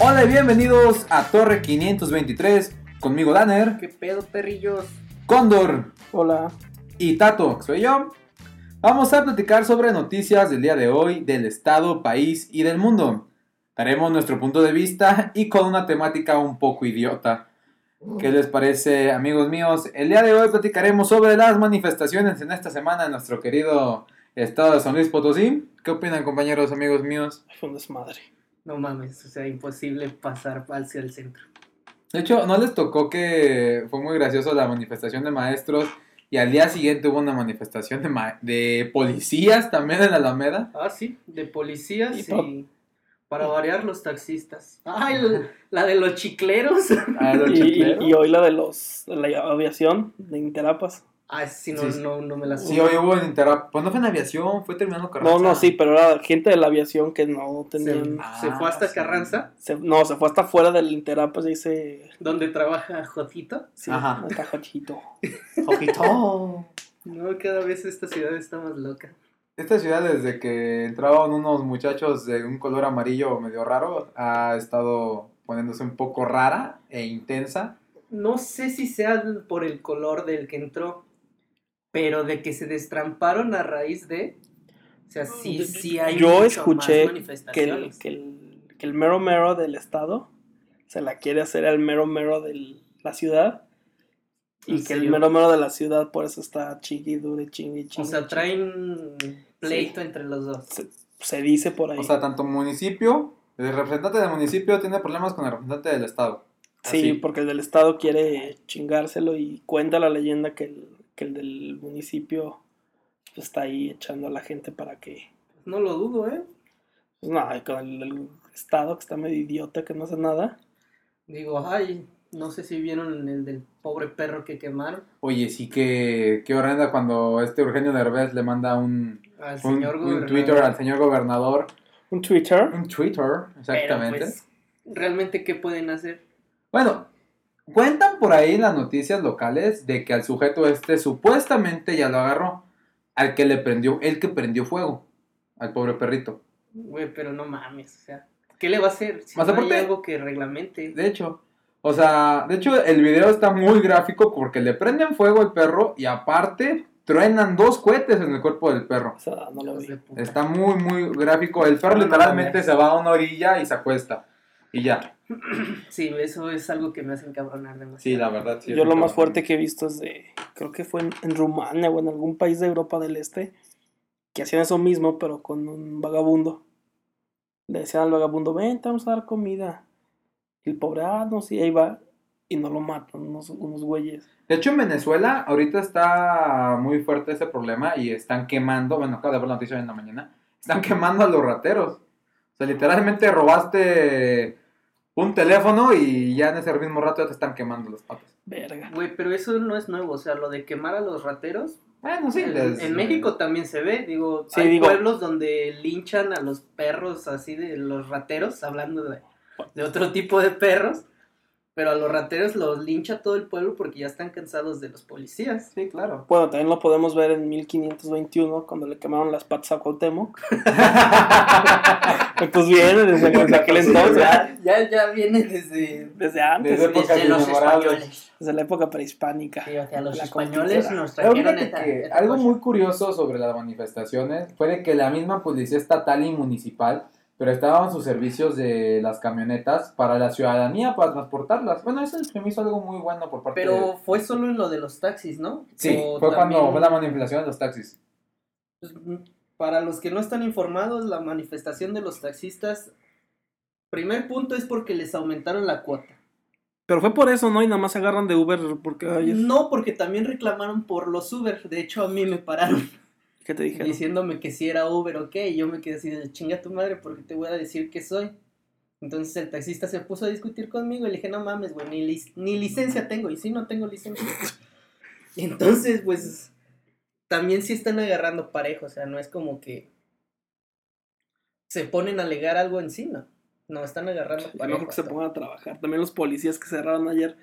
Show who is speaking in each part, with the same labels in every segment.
Speaker 1: Hola y bienvenidos a Torre 523. Conmigo Danner,
Speaker 2: ¿Qué pedo, perrillos?
Speaker 1: Cóndor
Speaker 3: Hola.
Speaker 1: y Tato, que soy yo. Vamos a platicar sobre noticias del día de hoy, del estado, país y del mundo. Daremos nuestro punto de vista y con una temática un poco idiota. ¿Qué les parece, amigos míos? El día de hoy platicaremos sobre las manifestaciones en esta semana en nuestro querido estado de San Luis Potosí. ¿Qué opinan, compañeros, amigos míos?
Speaker 3: Fue un desmadre.
Speaker 2: No mames, o sea, imposible pasar hacia el centro.
Speaker 1: De hecho, ¿no les tocó que fue muy gracioso la manifestación de maestros y al día siguiente hubo una manifestación de, ma- de policías también en la Alameda?
Speaker 2: Ah, sí, de policías
Speaker 3: Y
Speaker 2: y,
Speaker 3: pa-
Speaker 2: para variar los taxistas. Ay, la, la de los chicleros.
Speaker 1: Ah, los
Speaker 3: Y, y-
Speaker 1: chicleros.
Speaker 3: y hoy la de los de la aviación de Interapas.
Speaker 2: Ah, sí, no,
Speaker 1: Sí.
Speaker 2: no, no me la
Speaker 1: Sí, hoy hubo en Interap. Pues no fue en aviación, fue terminando carrera.
Speaker 3: No, no, sí, pero era gente de la aviación que no
Speaker 2: Se,
Speaker 3: tenían.
Speaker 2: se fue hasta
Speaker 1: Ah, sí.
Speaker 2: Carranza,
Speaker 3: se- no, se fue hasta afuera del Interapas y se.
Speaker 2: donde trabaja Jotito.
Speaker 3: Sí,
Speaker 1: Ajá.
Speaker 3: hasta Jotito.
Speaker 2: No, cada vez esta ciudad está más loca.
Speaker 1: Esta ciudad, desde que entraban unos muchachos de un color amarillo medio raro, ha estado poniéndose un poco rara e intensa.
Speaker 2: No sé si sea por el color del que entró, pero de que se destramparon a raíz de. O sea, sí, sí hay. mucho
Speaker 3: Yo
Speaker 2: más
Speaker 3: escuché que el,
Speaker 2: manifestaciones.
Speaker 3: que, el, que el mero mero del estado se la quiere hacer al mero mero de la ciudad.
Speaker 2: ¿En
Speaker 3: Y que el
Speaker 2: serio?
Speaker 3: mero mero de la ciudad por eso está chingui, dure, chingui,
Speaker 2: O
Speaker 3: chingui.
Speaker 2: sea, traen pleito entre los dos.
Speaker 3: se dice por ahí.
Speaker 1: O sea, tanto municipio, el representante del municipio tiene problemas con el representante del estado.
Speaker 3: Sí,
Speaker 1: Así.
Speaker 3: porque el del estado quiere chingárselo y cuenta la leyenda que el, que el del municipio pues, está ahí echando a la gente para que...
Speaker 2: No lo dudo, ¿eh?
Speaker 3: Pues, no, con el, el estado que está medio idiota, que no hace nada.
Speaker 2: Digo, ay, no sé si vieron el del pobre perro que quemaron
Speaker 1: Oye, sí que qué horrenda cuando este Eugenio Derbez le manda un,
Speaker 2: al
Speaker 1: un,
Speaker 2: señor
Speaker 1: un
Speaker 2: gobernador.
Speaker 1: Twitter al señor gobernador.
Speaker 3: Un Twitter.
Speaker 1: Un Twitter, exactamente.
Speaker 2: Pero, pues, ¿realmente qué pueden hacer?
Speaker 1: Bueno, cuentan por ahí en las noticias locales de que al sujeto este supuestamente ya lo agarró, al que le prendió, el que prendió fuego, al pobre perrito.
Speaker 2: Güey, pero no mames, o sea, ¿qué le va a hacer? Si
Speaker 1: Más
Speaker 2: no
Speaker 1: aparte-
Speaker 2: hay algo que reglamente.
Speaker 1: De hecho, o sea, de hecho el video está muy gráfico porque le prenden fuego al perro y aparte truenan dos cohetes en el cuerpo del perro.
Speaker 3: O sea, no lo
Speaker 2: hijos
Speaker 3: vi.
Speaker 2: de puta.
Speaker 1: Está muy, muy gráfico. El perro literalmente se va a una orilla y se acuesta. Y ya.
Speaker 2: Sí, eso es algo que me hace encabronar demasiado.
Speaker 1: verdad.
Speaker 3: Yo lo más fuerte que he visto es de, creo que fue en, en Rumania o en algún país de Europa del Este, que hacían eso mismo, pero con un vagabundo. Le decían al vagabundo, ven, te vamos a dar comida. Y el pobre, ah, no, sí, ahí va. Y no lo matan unos, unos güeyes.
Speaker 1: De hecho, en Venezuela ahorita está muy fuerte ese problema y están quemando, bueno, acabo de ver la noticia hoy en la mañana, están quemando a los rateros. O sea, literalmente robaste un teléfono y ya en ese mismo rato ya te están quemando los patas.
Speaker 3: Verga.
Speaker 2: Güey, pero eso no es nuevo, o sea, lo de quemar a los rateros.
Speaker 1: Bueno, sí.
Speaker 2: en,
Speaker 1: les-
Speaker 2: en México también se ve, digo,
Speaker 3: Sí,
Speaker 2: hay
Speaker 3: digo-
Speaker 2: pueblos donde linchan a los perros así de los rateros, hablando de, de otro tipo de perros, pero a los rateros los lincha todo el pueblo porque ya están cansados de los policías.
Speaker 1: Sí, claro.
Speaker 3: Bueno, también lo podemos ver en 1521, cuando le quemaron las patas a Cuauhtémoc. Pues bien, desde, desde aquel entonces,
Speaker 2: Ya, Ah, ya, ya viene desde,
Speaker 3: desde antes,
Speaker 1: Desde- Épocas
Speaker 2: desde los
Speaker 1: inmemorables.
Speaker 2: españoles.
Speaker 3: desde la época prehispánica.
Speaker 2: Sí, o sea, los
Speaker 3: La
Speaker 2: españoles
Speaker 3: conquista.
Speaker 2: nos
Speaker 1: Pero
Speaker 2: trajeron
Speaker 1: fíjate
Speaker 2: esta-
Speaker 1: que
Speaker 2: esta
Speaker 1: algo
Speaker 2: cosa.
Speaker 1: muy curioso sobre las manifestaciones fue de que la misma policía estatal y municipal prestaban sus servicios de las camionetas para la ciudadanía, para transportarlas. Bueno, eso se me hizo algo muy bueno por parte de...
Speaker 2: Pero fue solo en lo de los taxis, ¿no?
Speaker 1: Sí,
Speaker 2: O
Speaker 1: fue cuando
Speaker 2: también-
Speaker 1: fue la manipulación de los taxis.
Speaker 2: Pues, mm, Para los que no están informados, la manifestación de los taxistas, primer punto es porque les aumentaron la cuota.
Speaker 3: Pero fue por eso, ¿no? Y nada más se agarran de Uber porque... ay, es-
Speaker 2: No, porque también reclamaron por los Uber. De hecho, a mí me pararon
Speaker 3: ¿Qué te dijeron?
Speaker 2: diciéndome que si era Uber o qué. Y yo me quedé así de chinga tu madre porque te voy a decir que soy. Entonces el taxista se puso a discutir conmigo y le dije, no mames, güey, ni, lic- ni licencia tengo. Y sí, no tengo licencia. y entonces, pues, también sí están agarrando parejo. O sea, no es como que se ponen a alegar algo encima. No, están agarrando
Speaker 3: Yo no
Speaker 2: parejo.
Speaker 3: creo que se pongan a trabajar. También los policías que cerraron ayer,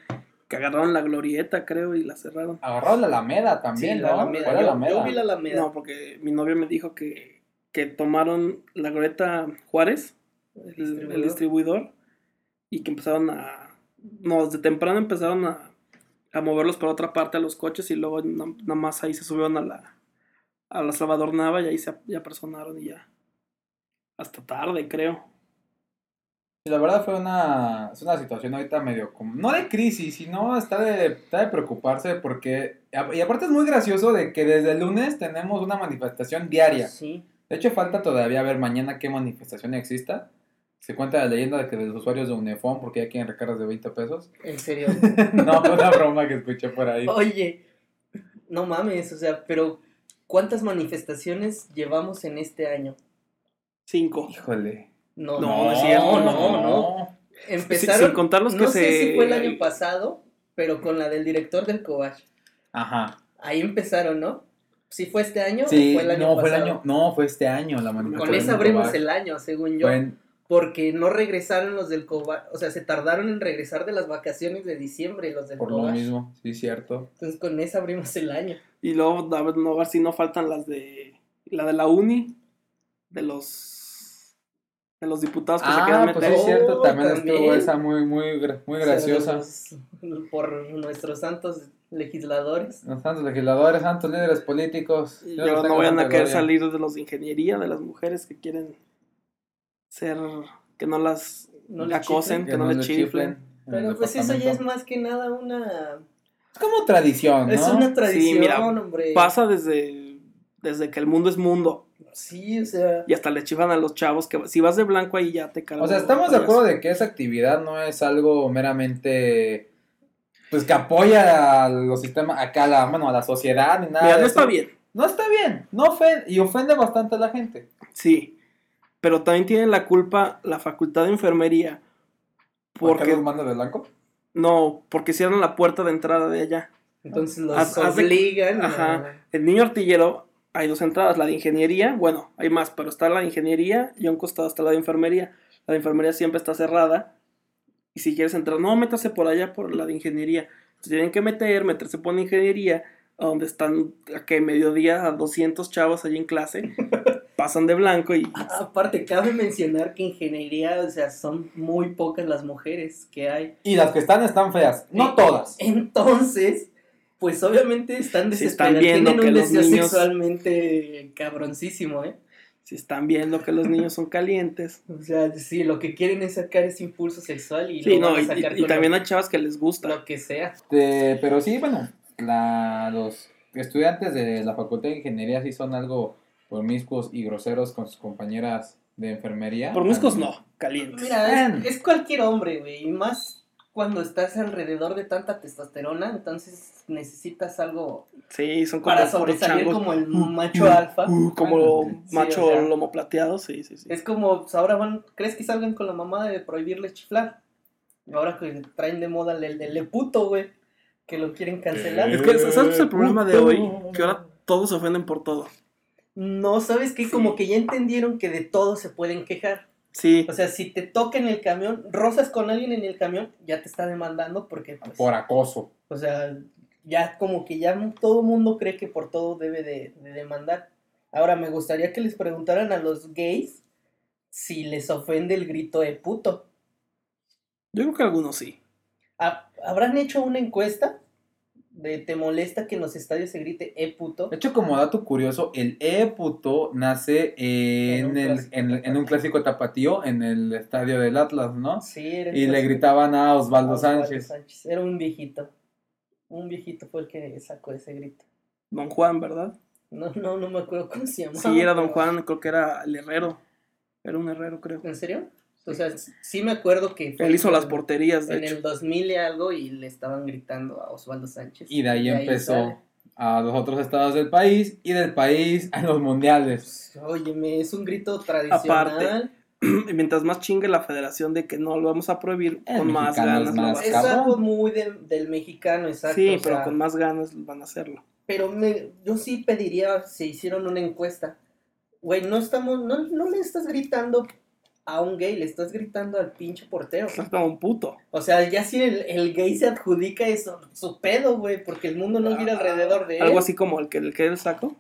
Speaker 3: que agarraron la glorieta, creo, y la cerraron.
Speaker 1: Agarraron la Alameda
Speaker 2: Sí,
Speaker 1: también,
Speaker 2: la
Speaker 1: ¿no?
Speaker 2: Alameda.
Speaker 1: Fue la
Speaker 2: Yo-
Speaker 1: Alameda.
Speaker 2: Yo, vi la Alameda.
Speaker 3: No, porque mi novia me dijo que, que tomaron la glorieta Juárez, el, el
Speaker 2: Distribuidor.
Speaker 3: distribuidor, y que empezaron a. No, desde temprano empezaron a, a moverlos para otra parte a los coches y luego na- nada más ahí se subieron a la, a la Salvador Nava y ahí se ya personaron y ya. Hasta tarde, creo.
Speaker 1: Y la verdad fue una, es una situación ahorita medio como, no de crisis, sino está de, está de preocuparse porque, y aparte es muy gracioso de que desde el lunes tenemos una manifestación diaria.
Speaker 2: Sí.
Speaker 1: De hecho, falta todavía ver mañana qué manifestación exista. Se cuenta la leyenda de que los usuarios de UNEFON, porque ya quieren recargas de 20 pesos.
Speaker 2: En serio.
Speaker 1: No, fue una broma que escuché por ahí.
Speaker 2: Oye, no mames, o sea, pero ¿cuántas manifestaciones llevamos en este año?
Speaker 3: Cinco.
Speaker 1: Híjole.
Speaker 2: No,
Speaker 3: No, no es cierto,
Speaker 2: no, no. Empezaron,
Speaker 3: Sin- sin contar los que
Speaker 2: no sé
Speaker 3: se-
Speaker 2: si fue el año pasado, pero con la del director del Cobach.
Speaker 1: Ajá.
Speaker 2: Ahí empezaron, ¿no? Si fue este año,
Speaker 1: Sí,
Speaker 2: o fue el año
Speaker 1: no,
Speaker 2: pasado.
Speaker 1: fue el año, no, fue este año la manifestación.
Speaker 2: Con esa
Speaker 1: de
Speaker 2: abrimos
Speaker 1: Cobach.
Speaker 2: el año, según yo.
Speaker 1: Fue en-
Speaker 2: Porque no regresaron los del Cobach. O sea, se tardaron en regresar de las vacaciones de diciembre los del
Speaker 1: por lo
Speaker 2: Cobach.
Speaker 1: mismo, sí, cierto.
Speaker 2: Entonces con esa abrimos el año.
Speaker 3: Y luego, a ver, no, a ver si no faltan las de. La de la uni. De los. De los diputados que se
Speaker 1: Ah, pues
Speaker 3: quedan
Speaker 1: sí,
Speaker 3: meter.
Speaker 1: es cierto,
Speaker 2: Oh,
Speaker 1: también,
Speaker 2: también.
Speaker 1: estuvo esa muy, muy, gra- muy graciosa.
Speaker 2: O sea, los- por nuestros santos legisladores.
Speaker 1: Los santos legisladores, santos líderes políticos.
Speaker 3: Y
Speaker 1: yo
Speaker 3: luego
Speaker 1: los
Speaker 3: no
Speaker 1: tengo
Speaker 3: vayan
Speaker 1: tanta
Speaker 3: a querer
Speaker 1: gloria.
Speaker 3: salir de los de ingeniería, de las mujeres que quieren ser. que no las
Speaker 2: No les
Speaker 3: acosen, que, no, les chiflen.
Speaker 1: en el
Speaker 2: Pero pues eso ya es
Speaker 1: departamento.
Speaker 2: más que nada una...
Speaker 1: Es como tradición, ¿no?
Speaker 2: Es una tradición,
Speaker 3: mira,
Speaker 2: hombre.
Speaker 3: Pasa desde. desde que el mundo es mundo.
Speaker 2: Sí, o sea...
Speaker 3: Y hasta le chifan a los chavos que si vas de blanco ahí ya te cargan.
Speaker 1: O sea, estamos de acuerdo de que esa actividad no es algo meramente. Pues que apoya a los sistemas, acá a la, bueno, a la sociedad ni nada.
Speaker 3: Mira,
Speaker 1: de
Speaker 3: no
Speaker 1: eso.
Speaker 3: está bien.
Speaker 1: No está bien. No ofen- y ofende bastante a la gente.
Speaker 3: Sí, pero también tiene la culpa la facultad de enfermería.
Speaker 1: ¿Por qué
Speaker 3: Porque,
Speaker 1: los mandan de blanco?
Speaker 3: no, porque cierran la puerta de entrada de allá.
Speaker 2: Entonces los
Speaker 3: Haz- haz de-
Speaker 2: obligan a-
Speaker 3: Ajá. El niño artillero, hay dos entradas, la de ingeniería, bueno, hay más, pero está la de ingeniería y a un costado está la de enfermería. La de enfermería siempre está cerrada. Y si quieres entrar, no, métase por allá por la de ingeniería. Entonces tienen que meter, meterse por la ingeniería, a donde están, a que mediodía, a 200 chavos allí en clase, pasan de blanco y
Speaker 2: Aparte, cabe mencionar que ingeniería, o sea, son muy pocas las mujeres que hay.
Speaker 1: Y las que están están feas. No
Speaker 2: Sí.
Speaker 1: todas.
Speaker 2: Entonces, pues obviamente están
Speaker 3: Sí, están
Speaker 2: desesperadas.
Speaker 3: viendo
Speaker 2: Tienen
Speaker 3: que
Speaker 2: un
Speaker 3: los
Speaker 2: deseo
Speaker 3: niños-
Speaker 2: sexualmente cabroncísimo, ¿eh?
Speaker 3: si están viendo que los niños son calientes.
Speaker 2: O sea, sí, lo que quieren es sacar ese impulso sexual y
Speaker 3: Sí,
Speaker 2: lo van
Speaker 3: no,
Speaker 2: a
Speaker 3: y,
Speaker 2: sacar
Speaker 3: y- y
Speaker 2: con
Speaker 3: también hay chavas que les
Speaker 2: lo,
Speaker 3: gusta.
Speaker 2: lo que sea.
Speaker 1: Este, pero sí, bueno, la, los estudiantes de la Facultad de Ingeniería sí son algo promiscuos y groseros con sus compañeras de enfermería.
Speaker 3: Por muscos no, calientes.
Speaker 2: Mira,
Speaker 1: Bien.
Speaker 2: es, es cualquier hombre, güey, y más cuando estás alrededor de tanta testosterona, entonces necesitas algo
Speaker 3: Sí, son como
Speaker 2: para
Speaker 3: puros
Speaker 2: sobresalir
Speaker 3: changos.
Speaker 2: como el
Speaker 3: Uh,
Speaker 2: macho
Speaker 3: uh,
Speaker 2: alfa.
Speaker 3: Uh, como
Speaker 1: Bueno,
Speaker 2: sí,
Speaker 3: macho
Speaker 2: o sea.
Speaker 3: lomo plateado, sí, sí, sí.
Speaker 2: Es como, pues, ahora van, ¿crees que salgan con la mamá de prohibirles chiflar? Ahora que traen de moda el del le puto, güey, que lo quieren cancelar.
Speaker 3: Es que, ¿sabes cuál es el problema de
Speaker 1: puto.
Speaker 3: hoy? Que ahora todos se ofenden por todo.
Speaker 2: No, ¿sabes qué? Como que ya entendieron que de todo se pueden quejar.
Speaker 3: Sí,
Speaker 2: O sea, si te toca en el camión, rozas con alguien en el camión, ya te está demandando porque, pues,
Speaker 1: Por acoso.
Speaker 2: o sea, ya como que ya todo mundo cree que por todo debe de, de demandar. Ahora, me gustaría que les preguntaran a los gays si les ofende el grito de puto.
Speaker 3: yo creo que algunos sí.
Speaker 2: Ha- ¿Habrán hecho una encuesta de te molesta que en los estadios se grite eh puto?
Speaker 1: De hecho, como dato curioso, el E puto nace en,
Speaker 2: En un
Speaker 1: el,
Speaker 2: clásico
Speaker 1: en, en un clásico tapatío en el estadio del Atlas, ¿no?
Speaker 2: Sí, era el
Speaker 1: Y le
Speaker 2: clásico.
Speaker 1: gritaban a Osvaldo
Speaker 2: Osvaldo
Speaker 1: Sánchez.
Speaker 2: Era un viejito. Un viejito fue el que sacó ese grito.
Speaker 3: Don Juan, ¿verdad?
Speaker 2: No, no, no me acuerdo cómo se llamaba.
Speaker 3: Sí, era Don
Speaker 2: pero-
Speaker 3: Juan, creo que era el herrero. Era un herrero, creo.
Speaker 2: ¿En serio? O sea, sí me acuerdo que... fue
Speaker 3: Él hizo las
Speaker 2: en-
Speaker 3: porterías, de
Speaker 2: En
Speaker 3: hecho.
Speaker 2: el 2000 y algo y le estaban gritando a Osvaldo Sánchez.
Speaker 1: Y de ahí empezó
Speaker 2: sale.
Speaker 1: a los otros estados del país y del país a los mundiales.
Speaker 2: Pues, Óyeme, es un grito tradicional.
Speaker 3: Y mientras más chingue la federación de que no lo vamos a prohibir,
Speaker 1: El
Speaker 3: con Eh, más
Speaker 1: mexicano es
Speaker 3: ganas lo
Speaker 1: más
Speaker 3: va a
Speaker 2: Es
Speaker 3: hacer.
Speaker 1: cabrón.
Speaker 2: algo muy del- del mexicano, exacto.
Speaker 3: pues, Sí,
Speaker 2: o
Speaker 3: pero
Speaker 2: sea,
Speaker 3: con más ganas van a hacerlo.
Speaker 2: Pero me- yo sí pediría, si hicieron una encuesta, güey, no estamos, no, no le estás gritando a un gay, le estás gritando al pinche portero.
Speaker 3: Es como un puto.
Speaker 2: O sea, ya si el, el gay se adjudica eso, su pedo, güey, porque el mundo no gira alrededor de él.
Speaker 3: Ah, Algo así como el que le queda el saco.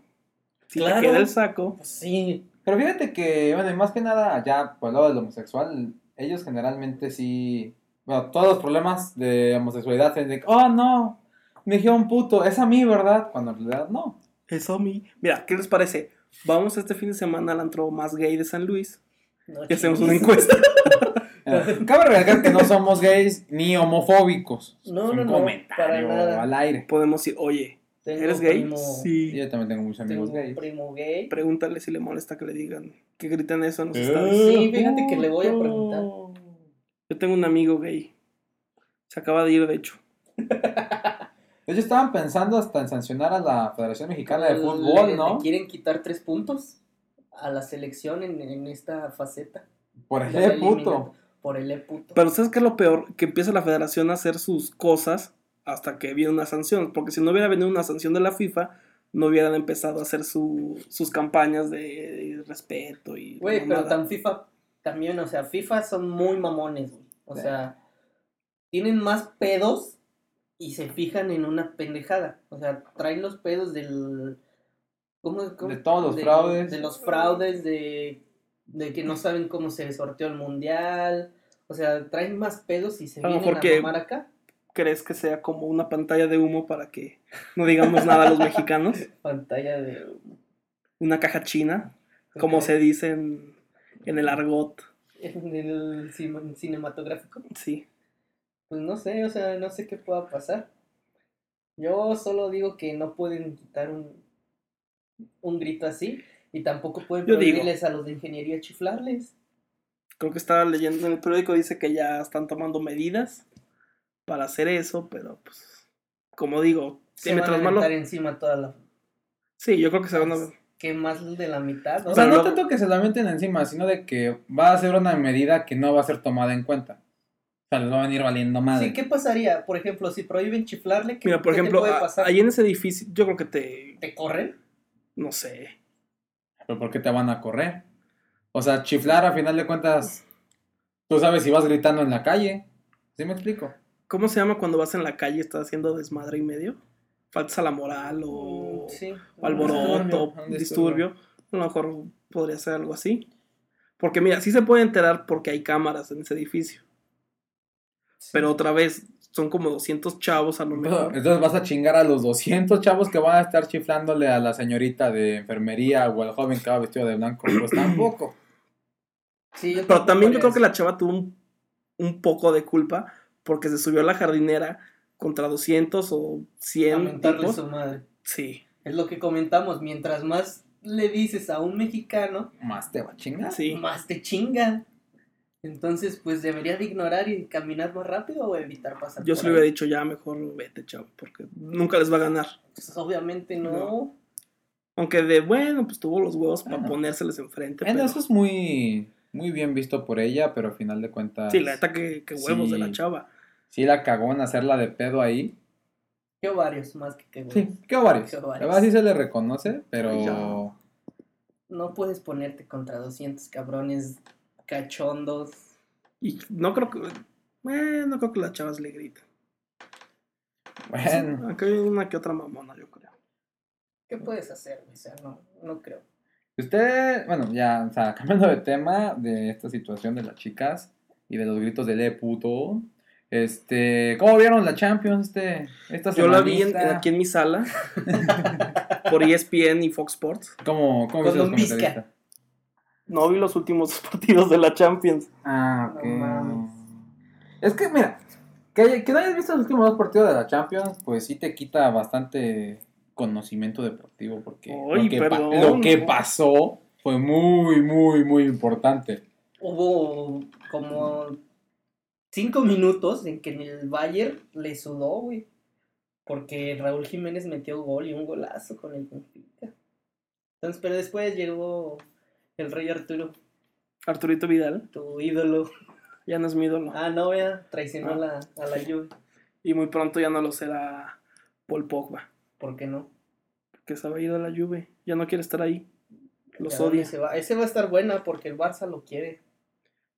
Speaker 3: Si le
Speaker 2: Claro.
Speaker 3: queda el saco,
Speaker 2: Pues sí,
Speaker 1: Pero fíjate que, bueno, y más que nada, ya por el lado del homosexual, ellos generalmente sí bueno, todos los problemas de homosexualidad se dicen, oh no, me dijeron puto, es a mí, ¿verdad? Cuando en realidad no.
Speaker 3: Eso a mí. Mira, ¿qué les parece? Vamos este fin de semana al antro más gay de San Luis
Speaker 2: No,
Speaker 3: y hacemos una
Speaker 2: chingues.
Speaker 3: encuesta.
Speaker 1: Eh, Cabe recalcar que no somos gays ni homofóbicos.
Speaker 2: No,
Speaker 1: Es un
Speaker 2: no, no,
Speaker 1: comentario
Speaker 2: para nada.
Speaker 1: al aire.
Speaker 3: Podemos ir, oye,
Speaker 2: Tengo
Speaker 3: ¿eres
Speaker 2: un
Speaker 3: gay?
Speaker 2: primo-
Speaker 3: Sí.
Speaker 1: Yo también tengo muchos
Speaker 2: Tengo
Speaker 1: amigos
Speaker 2: un
Speaker 1: gays.
Speaker 2: primo gay.
Speaker 3: Pregúntale si le molesta que le digan, que gritan eso en los
Speaker 1: Eh.
Speaker 3: estadios.
Speaker 2: Sí, fíjate que le voy a preguntar.
Speaker 3: Yo tengo un amigo gay. Se acaba de ir, de hecho.
Speaker 1: De hecho, estaban pensando hasta en sancionar a la Federación Mexicana de
Speaker 2: Le-
Speaker 1: Fútbol, ¿no?
Speaker 2: le quieren quitar tres puntos a la selección en, en esta faceta.
Speaker 1: Por
Speaker 2: de la
Speaker 1: el puto.
Speaker 2: eliminatoria, Por el E puto.
Speaker 3: Pero ¿sabes qué es lo peor? Que empieza la federación a hacer sus cosas hasta que viene una sanción. Porque si no hubiera venido una sanción de la FIFA, no hubieran empezado a hacer su- sus campañas de respeto y...
Speaker 2: Güey, pero
Speaker 3: mamada.
Speaker 2: tan FIFA también, o sea, FIFA son muy mamones, güey. O
Speaker 1: Sí.
Speaker 2: sea, tienen más pedos y se fijan en una pendejada. O sea, traen los pedos del. ¿Cómo, cómo?
Speaker 1: De todos los
Speaker 2: de-
Speaker 1: fraudes. Mm.
Speaker 2: De los fraudes, de, de que no saben cómo se sorteó el mundial. O sea, traen más pedos y se
Speaker 3: A lo
Speaker 2: vienen
Speaker 3: mejor
Speaker 2: a
Speaker 3: que-
Speaker 2: mamar acá.
Speaker 3: ¿Crees que sea como una pantalla de humo para que no digamos nada a los mexicanos?
Speaker 2: Pantalla de.
Speaker 3: Una caja china, como se dice en, en el argot.
Speaker 2: En el cin- cinematográfico.
Speaker 3: Sí.
Speaker 2: Pues no sé, o sea, no sé qué pueda pasar. Yo solo digo que no pueden quitar un, un grito así y tampoco pueden
Speaker 3: Yo digo.
Speaker 2: prohibirles a los de ingeniería chiflarles.
Speaker 3: Creo que estaba leyendo en el periódico, dice que ya están tomando medidas para hacer eso, pero pues, como digo,
Speaker 2: Se van a
Speaker 3: mientras más lo-
Speaker 2: aventar encima toda la...
Speaker 3: Sí, yo creo que se van a...
Speaker 2: que más de la mitad, ¿no?
Speaker 1: O sea,
Speaker 3: Pero
Speaker 1: no
Speaker 3: luego-
Speaker 1: tanto que se la meten encima, sino de que va a ser una medida que no va a ser tomada en cuenta. O sea, les va a venir valiendo madre.
Speaker 2: Sí, ¿qué pasaría? Por ejemplo, si prohíben chiflarle, ¿qué,
Speaker 3: Mira, por
Speaker 2: qué te
Speaker 3: ejemplo,
Speaker 2: puede
Speaker 3: a-
Speaker 2: pasar?
Speaker 3: ahí en ese edificio, yo creo que te...
Speaker 2: ¿Te corren?
Speaker 3: No sé.
Speaker 1: ¿Pero por qué te van a correr? O sea, chiflar a final de cuentas, tú sabes si vas gritando en la calle. ¿Sí me explico?
Speaker 3: ¿Cómo se llama cuando vas en la calle y estás haciendo desmadre y medio? Faltas a la moral o...
Speaker 2: Mm, Sí.
Speaker 3: o alboroto,
Speaker 1: disturbio,
Speaker 3: un
Speaker 1: un
Speaker 3: disturbio, a lo mejor podría ser algo así. Porque mira, sí se puede enterar porque hay cámaras en ese edificio. Pero otra vez, son como 200 chavos a lo mejor.
Speaker 1: Entonces vas a chingar a los 200 chavos que van a estar chiflándole a la señorita de enfermería o al joven que va vestido de blanco. Pues tampoco.
Speaker 2: Sí, yo
Speaker 3: Pero también yo creo
Speaker 2: podría
Speaker 1: pues.
Speaker 3: que la chava tuvo un, un poco de culpa porque se subió a la jardinera contra 200 o 100
Speaker 2: lamentarle
Speaker 3: tipos.
Speaker 2: su madre.
Speaker 3: Sí,
Speaker 2: Es lo que comentamos, mientras más le dices a un mexicano,
Speaker 1: Más te va a chingar.
Speaker 3: sí.
Speaker 2: más te chingan. Entonces, pues debería de ignorar y caminar más rápido o evitar pasar.
Speaker 3: Yo
Speaker 2: por
Speaker 3: se lo hubiera
Speaker 2: ahí.
Speaker 3: dicho ya, mejor vete, chavo, porque nunca les va a ganar.
Speaker 2: Pues, obviamente no.
Speaker 3: No. Aunque de bueno, pues tuvo los huevos para
Speaker 1: Ah.
Speaker 3: ponérseles enfrente.
Speaker 1: Bueno,
Speaker 3: pero-
Speaker 1: eso es muy, muy bien visto por ella, pero al final de cuentas.
Speaker 3: Sí, la neta que, que huevos de la
Speaker 1: Sí.
Speaker 3: chava.
Speaker 1: sí la cagó en hacerla de pedo ahí.
Speaker 2: Que varios más que que
Speaker 1: Sí, qué ovarios.
Speaker 2: Qué
Speaker 1: La
Speaker 2: ovarios.
Speaker 1: verdad sí se le reconoce, pero.
Speaker 3: Ay, ya.
Speaker 2: No puedes ponerte contra 200 cabrones cachondos.
Speaker 3: Y no creo que. eh, no creo que las chavas le griten.
Speaker 1: Bueno.
Speaker 3: Acá hay una que otra mamona, yo creo.
Speaker 2: ¿Qué puedes hacer? güey? O sea, no, no creo.
Speaker 1: Usted, bueno, ya, o sea, cambiando de tema de esta situación de las chicas y de los gritos de le puto. Este, ¿cómo vieron la Champions este, esta
Speaker 3: Yo la vi en-
Speaker 1: semanita?
Speaker 3: aquí en mi sala. por E ESPN y Fox Sports.
Speaker 1: ¿Cómo, cómo
Speaker 2: Con
Speaker 1: viste los
Speaker 2: un pizca.
Speaker 1: comentaristas?
Speaker 3: No vi los últimos partidos de la Champions.
Speaker 1: Ah,
Speaker 2: No
Speaker 1: ok.
Speaker 2: mames.
Speaker 1: es que, mira, que, que no hayas visto los últimos dos partidos de la Champions, pues sí te quita bastante conocimiento deportivo porque
Speaker 3: Ay,
Speaker 1: lo, que pa-
Speaker 3: perdón,
Speaker 1: lo que
Speaker 3: no.
Speaker 1: pasó fue muy, muy, muy importante.
Speaker 2: Hubo como cinco minutos en que en el Bayern le sudó, güey. Porque Raúl Jiménez metió gol y un golazo con el Benfica. Entonces, pero después llegó el Rey Arturo,
Speaker 3: Arturito Vidal
Speaker 2: tu ídolo.
Speaker 3: ya no es mi ídolo.
Speaker 2: Ah, no, vea, traicionó
Speaker 3: Ah.
Speaker 2: a la, a la Juve.
Speaker 3: Y muy pronto ya no lo será Paul Pogba.
Speaker 2: ¿Por qué no?
Speaker 3: Que se había ido a la Juve. Ya no quiere estar ahí. Los
Speaker 2: Ya,
Speaker 3: odia.
Speaker 2: ese va- Ese va a estar buena porque el Barça lo quiere.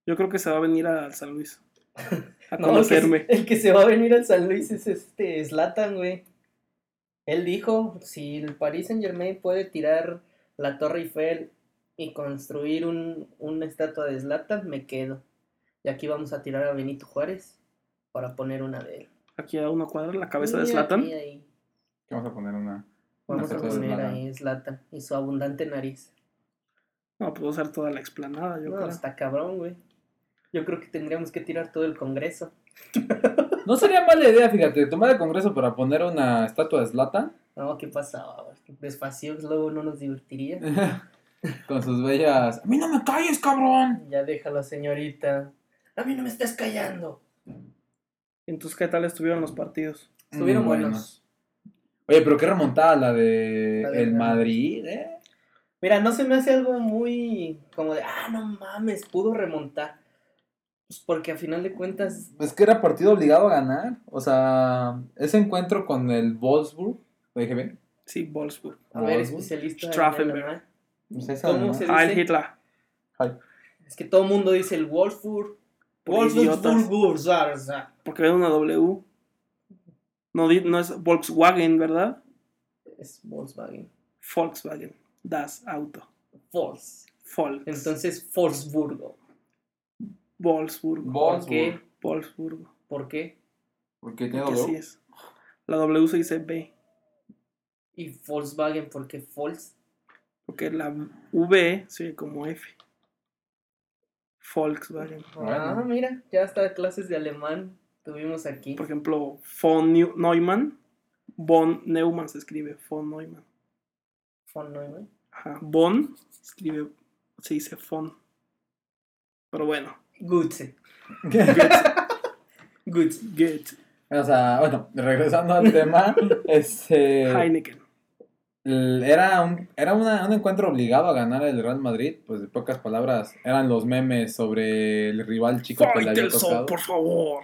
Speaker 3: Yo creo que se va a venir al San Luis. A
Speaker 2: No, el que-
Speaker 3: conocerme.
Speaker 2: el que se va a venir al San Luis es este Zlatan, güey. Él dijo, si el Paris Saint Germain puede tirar la Torre Eiffel y construir un, una estatua de Zlatan, me quedo. Y aquí vamos a tirar a Benito Juárez. para poner una de él.
Speaker 3: Aquí a una cuadra, la cabeza de
Speaker 2: Y
Speaker 3: Slatan.
Speaker 2: aquí, ahí.
Speaker 1: Que vamos a poner una.
Speaker 2: Vamos
Speaker 1: Una
Speaker 2: a
Speaker 1: foto de
Speaker 2: poner
Speaker 1: Zlatan.
Speaker 2: ahí Slatan y su abundante nariz.
Speaker 3: No, pues puedo usar toda la explanada, yo
Speaker 2: no,
Speaker 3: creo.
Speaker 2: está cabrón, güey. Yo creo que tendríamos que tirar todo el Congreso.
Speaker 1: No sería mala idea, fíjate, tomar el congreso para poner una estatua de Zlatan
Speaker 2: No, ¿qué pasaba? güey? Despacios, luego no nos divertiría.
Speaker 1: con sus bellas. ¡A mí no me calles, cabrón!
Speaker 2: Ya déjala, señorita. A mí no me estás callando.
Speaker 3: Entonces, ¿qué tal estuvieron los partidos?
Speaker 2: Estuvieron
Speaker 1: Muy
Speaker 2: buenos.
Speaker 1: Mm, Oye, pero qué remontada la de
Speaker 2: La de-
Speaker 1: el Madrid, ¿eh?
Speaker 2: Mira, no se me hace algo muy como de, ah, no mames, pudo remontar. Pues porque a final de cuentas,
Speaker 1: Pues que era partido obligado a ganar. O sea, ese encuentro con el Wolfsburg, lo dije bien.
Speaker 3: Sí, Wolfsburg.
Speaker 2: a ver,
Speaker 1: Wolfsburg.
Speaker 2: especialista. en
Speaker 3: Strafenberg.
Speaker 2: alemán.
Speaker 1: Pues esa,
Speaker 2: ¿Cómo
Speaker 1: ¿no?
Speaker 2: se-
Speaker 3: Heil
Speaker 2: dice?
Speaker 3: Ah, Hitler.
Speaker 2: Es que todo el mundo dice el Wolfsburg.
Speaker 3: Por idiotas.
Speaker 2: Wolfsburg, zar, zar.
Speaker 3: Porque era una W. No, di- no es Volkswagen, ¿verdad?
Speaker 2: Es Volkswagen.
Speaker 3: Volkswagen. Das Auto.
Speaker 2: Force.
Speaker 3: Volks.
Speaker 2: Entonces, Wolfsburgo.
Speaker 3: Wolfsburgo.
Speaker 2: ¿Por qué?
Speaker 1: Wolfsburg.
Speaker 3: Wolfsburgo.
Speaker 2: ¿Por qué?
Speaker 1: Porque tiene
Speaker 3: Porque así
Speaker 1: W.
Speaker 3: es. La W se dice B.
Speaker 2: Y Volkswagen, porque Volks.
Speaker 3: Porque la V se oye como F. Volkswagen.
Speaker 2: Ah,
Speaker 1: Bueno.
Speaker 2: mira, ya hasta clases de alemán tuvimos aquí.
Speaker 3: Por ejemplo, von Neu- Neumann. Von Neumann se escribe. Von Neumann.
Speaker 2: Von Neumann.
Speaker 3: Ajá. Von se escribe. Se dice von. Pero bueno.
Speaker 2: Gutze. Gutze.
Speaker 3: Goethe.
Speaker 1: o sea, bueno, regresando al tema, este.
Speaker 3: Heineken.
Speaker 1: el- Era, un, era una- un encuentro obligado a ganar el Real Madrid, pues de pocas palabras, eran los memes sobre el rival chico que le había
Speaker 3: Faitelson,
Speaker 1: tocado.
Speaker 3: por favor.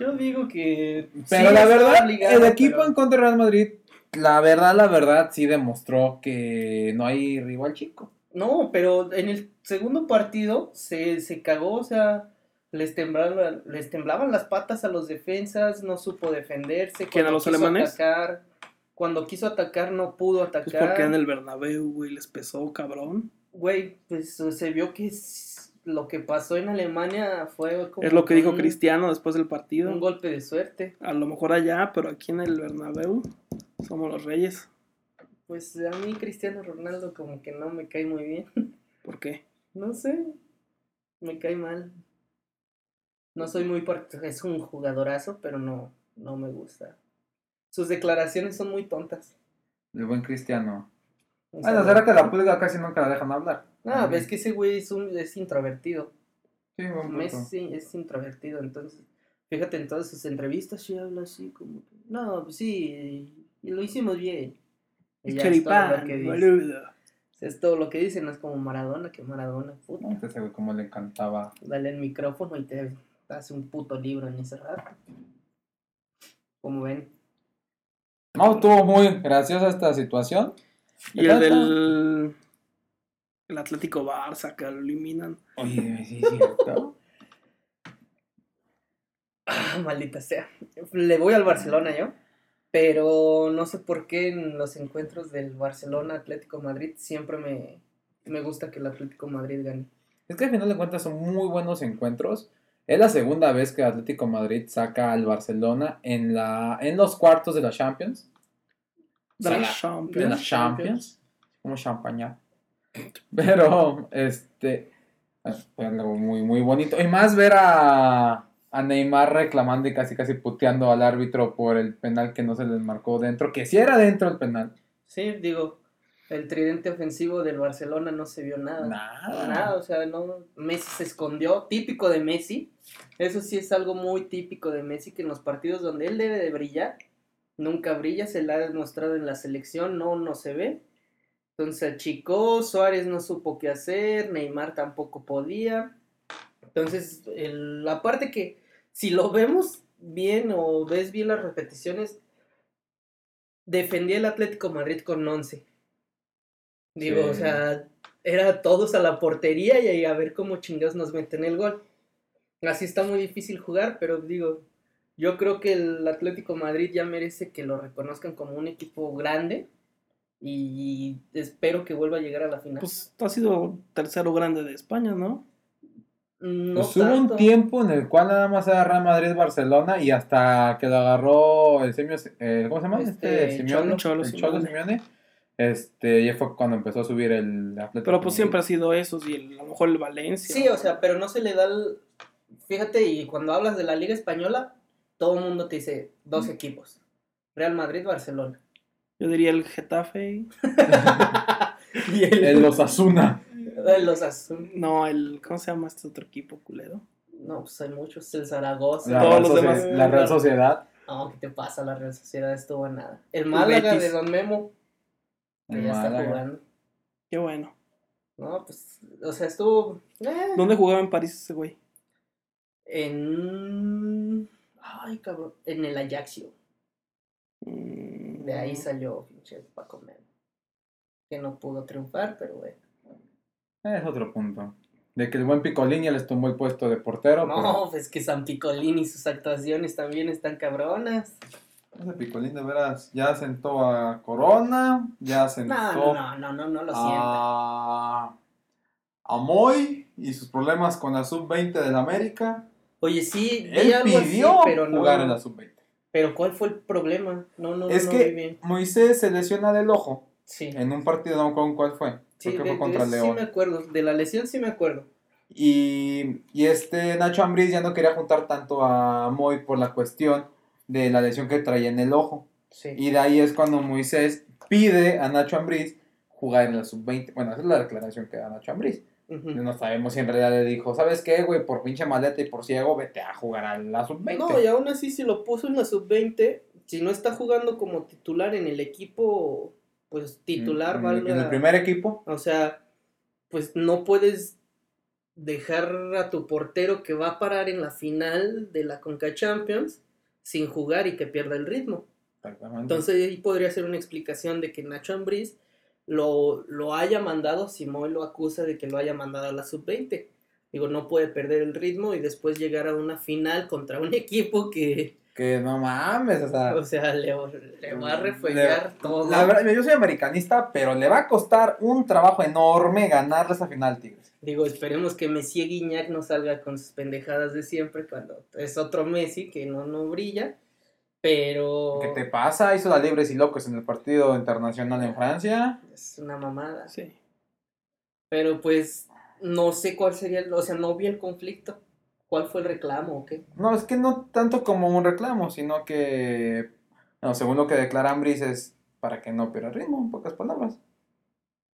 Speaker 2: Yo digo que.
Speaker 1: Pero
Speaker 2: sí
Speaker 1: la
Speaker 2: está
Speaker 1: verdad,
Speaker 2: obligado,
Speaker 1: el equipo
Speaker 2: pero-
Speaker 1: en contra del Real Madrid, la verdad, la verdad, sí demostró que no hay rival chico.
Speaker 2: No, pero en el segundo partido se, se cagó, o sea, les temblaban, les temblaban las patas a los defensas, no supo defenderse.
Speaker 3: ¿Quién, a
Speaker 2: cuando
Speaker 3: los
Speaker 2: quiso
Speaker 3: alemanes?
Speaker 2: Atacar, cuando quiso atacar no pudo atacar.
Speaker 3: Pues porque en el Bernabéu, güey, les pesó, cabrón.
Speaker 2: Güey, pues se vio que s- lo que pasó en Alemania fue como
Speaker 3: Es lo que dijo
Speaker 2: un-
Speaker 3: Cristiano después del partido.
Speaker 2: Un golpe de suerte.
Speaker 3: A lo mejor allá, pero aquí en el Bernabéu somos los reyes.
Speaker 2: Pues a mí Cristiano Ronaldo como que no me cae muy bien.
Speaker 3: ¿Por qué?
Speaker 2: No sé, me cae mal. No soy muy part- es un jugadorazo, pero no, no me gusta. Sus declaraciones son muy tontas.
Speaker 1: El buen Cristiano.
Speaker 2: O
Speaker 3: Ah,
Speaker 2: sea,
Speaker 1: Bueno, será que la pulga casi nunca la dejan hablar.
Speaker 2: No,
Speaker 3: Mm.
Speaker 2: ves que ese güey es, un- es introvertido.
Speaker 1: Sí, buen punto.
Speaker 2: Messi es introvertido, entonces. Fíjate en todas sus entrevistas, sí habla así como que. No, pues sí, y lo hicimos bien. Y ya es todo lo
Speaker 3: Choripán,
Speaker 2: que dice.
Speaker 3: boludo.
Speaker 2: Es todo lo que dice, no es como Maradona, que Maradona, puta.
Speaker 1: Este ese güey como le encantaba.
Speaker 2: Dale el micrófono y te hace un puto libro en ese rato. Como ven.
Speaker 1: No, estuvo muy graciosa esta situación.
Speaker 3: Y el del el Atlético Barça, que lo eliminan.
Speaker 1: Oye, sí, cierto.
Speaker 2: Ah, maldita sea. Le voy al Barcelona yo. Pero no sé por qué en los encuentros del Barcelona Atlético Madrid siempre me, me gusta que el Atlético Madrid gane.
Speaker 1: Es que al final de cuentas son muy buenos encuentros. Es la segunda vez que Atlético Madrid saca al Barcelona en, la, en los cuartos de la Champions. Sí.
Speaker 3: De la
Speaker 1: de la
Speaker 3: Champions.
Speaker 1: Champions, como champaña. Pero, este, fue algo muy, muy bonito. Y más ver a, a Neymar reclamando y casi, casi puteando al árbitro por el penal que no se les marcó dentro, que sí era dentro el penal.
Speaker 2: Sí, digo, el tridente ofensivo del Barcelona no se vio nada.
Speaker 1: Nada.
Speaker 2: Nada, o sea, no, Messi se escondió, típico de Messi. Eso sí es algo muy típico de Messi, que en los partidos donde él debe de brillar, nunca brilla, se la ha demostrado en la selección, no, no se ve. Entonces se achicó, Suárez no supo qué hacer, Neymar tampoco podía. Entonces, el- la parte que, si lo vemos bien o ves bien las repeticiones, defendía el Atlético Madrid con 11. Digo,
Speaker 1: Sí.
Speaker 2: o sea, era todos a la portería y ahí a ver cómo chingados nos meten el gol. Así está muy difícil jugar, pero digo, yo creo que el Atlético Madrid ya merece que lo reconozcan como un equipo grande y
Speaker 1: Pues,
Speaker 2: espero que vuelva a llegar a la final.
Speaker 3: Pues ha sido tercero grande de España, ¿no?
Speaker 2: No
Speaker 1: Pues hubo un
Speaker 2: tanto.
Speaker 1: tiempo en el cual nada más era Real Madrid-Barcelona y hasta que lo agarró el Semio, eh, ¿cómo se llama? Este,
Speaker 2: Este,
Speaker 1: Simeone,
Speaker 3: Cholo, Cholo
Speaker 1: el Cholo
Speaker 3: Simeone.
Speaker 1: Simeone. Este, ya fue cuando empezó a subir el Atlético.
Speaker 3: Pero pues
Speaker 1: de
Speaker 3: siempre
Speaker 1: Madrid.
Speaker 3: ha sido esos y el- a lo mejor el Valencia.
Speaker 2: Sí, o sea, pero no se le da el... Fíjate, y cuando hablas de la Liga Española, todo el mundo te dice
Speaker 3: Mm.
Speaker 2: dos equipos. Real Madrid, Barcelona.
Speaker 3: Yo diría el Getafe.
Speaker 2: y el...
Speaker 1: El Osasuna.
Speaker 2: Los Azul.
Speaker 3: No, el. ¿Cómo se llama este otro equipo culero?
Speaker 2: No, pues hay muchos. El Zaragoza.
Speaker 1: La,
Speaker 3: Todos
Speaker 1: Real
Speaker 3: los
Speaker 1: Socie-
Speaker 3: demás.
Speaker 1: la Real Sociedad.
Speaker 2: No, ¿qué te pasa? La Real Sociedad estuvo en nada. El Málaga
Speaker 3: Betis.
Speaker 2: de Don Memo. Que
Speaker 1: el
Speaker 2: ya está
Speaker 1: Málaga.
Speaker 2: jugando.
Speaker 3: Qué bueno.
Speaker 2: No, pues, o sea, estuvo eh,
Speaker 3: ¿Dónde jugaba en París ese güey?
Speaker 2: en... Ay, cabrón. En el Ajaxio.
Speaker 3: Mm,
Speaker 2: De ahí salió pinche Paco Memo. Que no pudo triunfar, pero bueno.
Speaker 1: Es otro punto. De que el buen Picolín ya les tumbó el puesto de portero.
Speaker 2: No, pues que San Picolín y sus actuaciones también están cabronas.
Speaker 1: pero ese Picolín pues, de veras ya sentó a Corona, ya sentó
Speaker 2: No, no, no, no, no, no lo
Speaker 1: Ah.
Speaker 2: siento.
Speaker 1: a, a Moy y sus problemas con la sub-20 del América.
Speaker 2: Oye, sí, vi
Speaker 1: Él
Speaker 2: algo así,
Speaker 1: pidió
Speaker 2: pero no.
Speaker 1: jugar en la sub-20.
Speaker 2: Pero ¿cuál fue el problema? No, no,
Speaker 1: Es
Speaker 2: no
Speaker 1: que-
Speaker 2: vi bien.
Speaker 1: Moisés se lesiona del ojo
Speaker 2: Sí.
Speaker 1: en un partido, no me acuerdo en cuál fue.
Speaker 2: Sí,
Speaker 1: creo que
Speaker 2: de-
Speaker 1: fue
Speaker 2: de
Speaker 1: contra
Speaker 2: eso sí
Speaker 1: León.
Speaker 2: me acuerdo, de la lesión sí me acuerdo.
Speaker 1: Y, y este Nacho Ambriz ya no quería juntar tanto a Moy por la cuestión de la lesión que traía en el ojo.
Speaker 2: Sí.
Speaker 1: Y de ahí es cuando Moisés pide a Nacho Ambriz jugar en la sub-20. Bueno, esa es la declaración que da Nacho Ambriz.
Speaker 2: Ujú.
Speaker 1: No sabemos si en realidad le dijo, ¿sabes qué, güey? Por pinche maleta y por ciego, vete a jugar a la sub-20.
Speaker 2: No, y aún así si lo puso en la sub-20, si no está jugando como titular en el equipo, pues
Speaker 1: En-
Speaker 2: titular,
Speaker 1: en,
Speaker 2: valga-
Speaker 1: Mm, en el primer equipo.
Speaker 2: O sea, pues no puedes dejar a tu portero que va a parar en la final de la Conca Champions sin jugar y que pierda el ritmo.
Speaker 1: Exactamente.
Speaker 2: Entonces ahí podría ser una explicación de que Nacho Ambriz lo, lo haya mandado, Simón lo acusa de que lo haya mandado a la sub-20. Digo, no puede perder el ritmo y después llegar a una final contra un equipo que,
Speaker 1: que no mames, o sea.
Speaker 2: o sea, le, le va a
Speaker 1: Le-
Speaker 2: refregar todo.
Speaker 1: La verdad, yo soy americanista, pero le va a costar un trabajo enorme ganar esa final, Tigres.
Speaker 2: Digo, esperemos que Messi y Guiñac no salga con sus pendejadas de siempre cuando es otro Messi que no, no brilla, pero
Speaker 1: ¿Qué te pasa? Hizo la Libres y Locos en el partido internacional en Francia.
Speaker 2: es una mamada.
Speaker 3: Sí.
Speaker 2: Pero pues no sé cuál sería, el- o sea, no vi el conflicto. ¿Cuál fue el reclamo o qué?
Speaker 1: No, es que no tanto como un reclamo, sino que. No, según lo que declara Ambris es para que no pierda ritmo, en pocas palabras.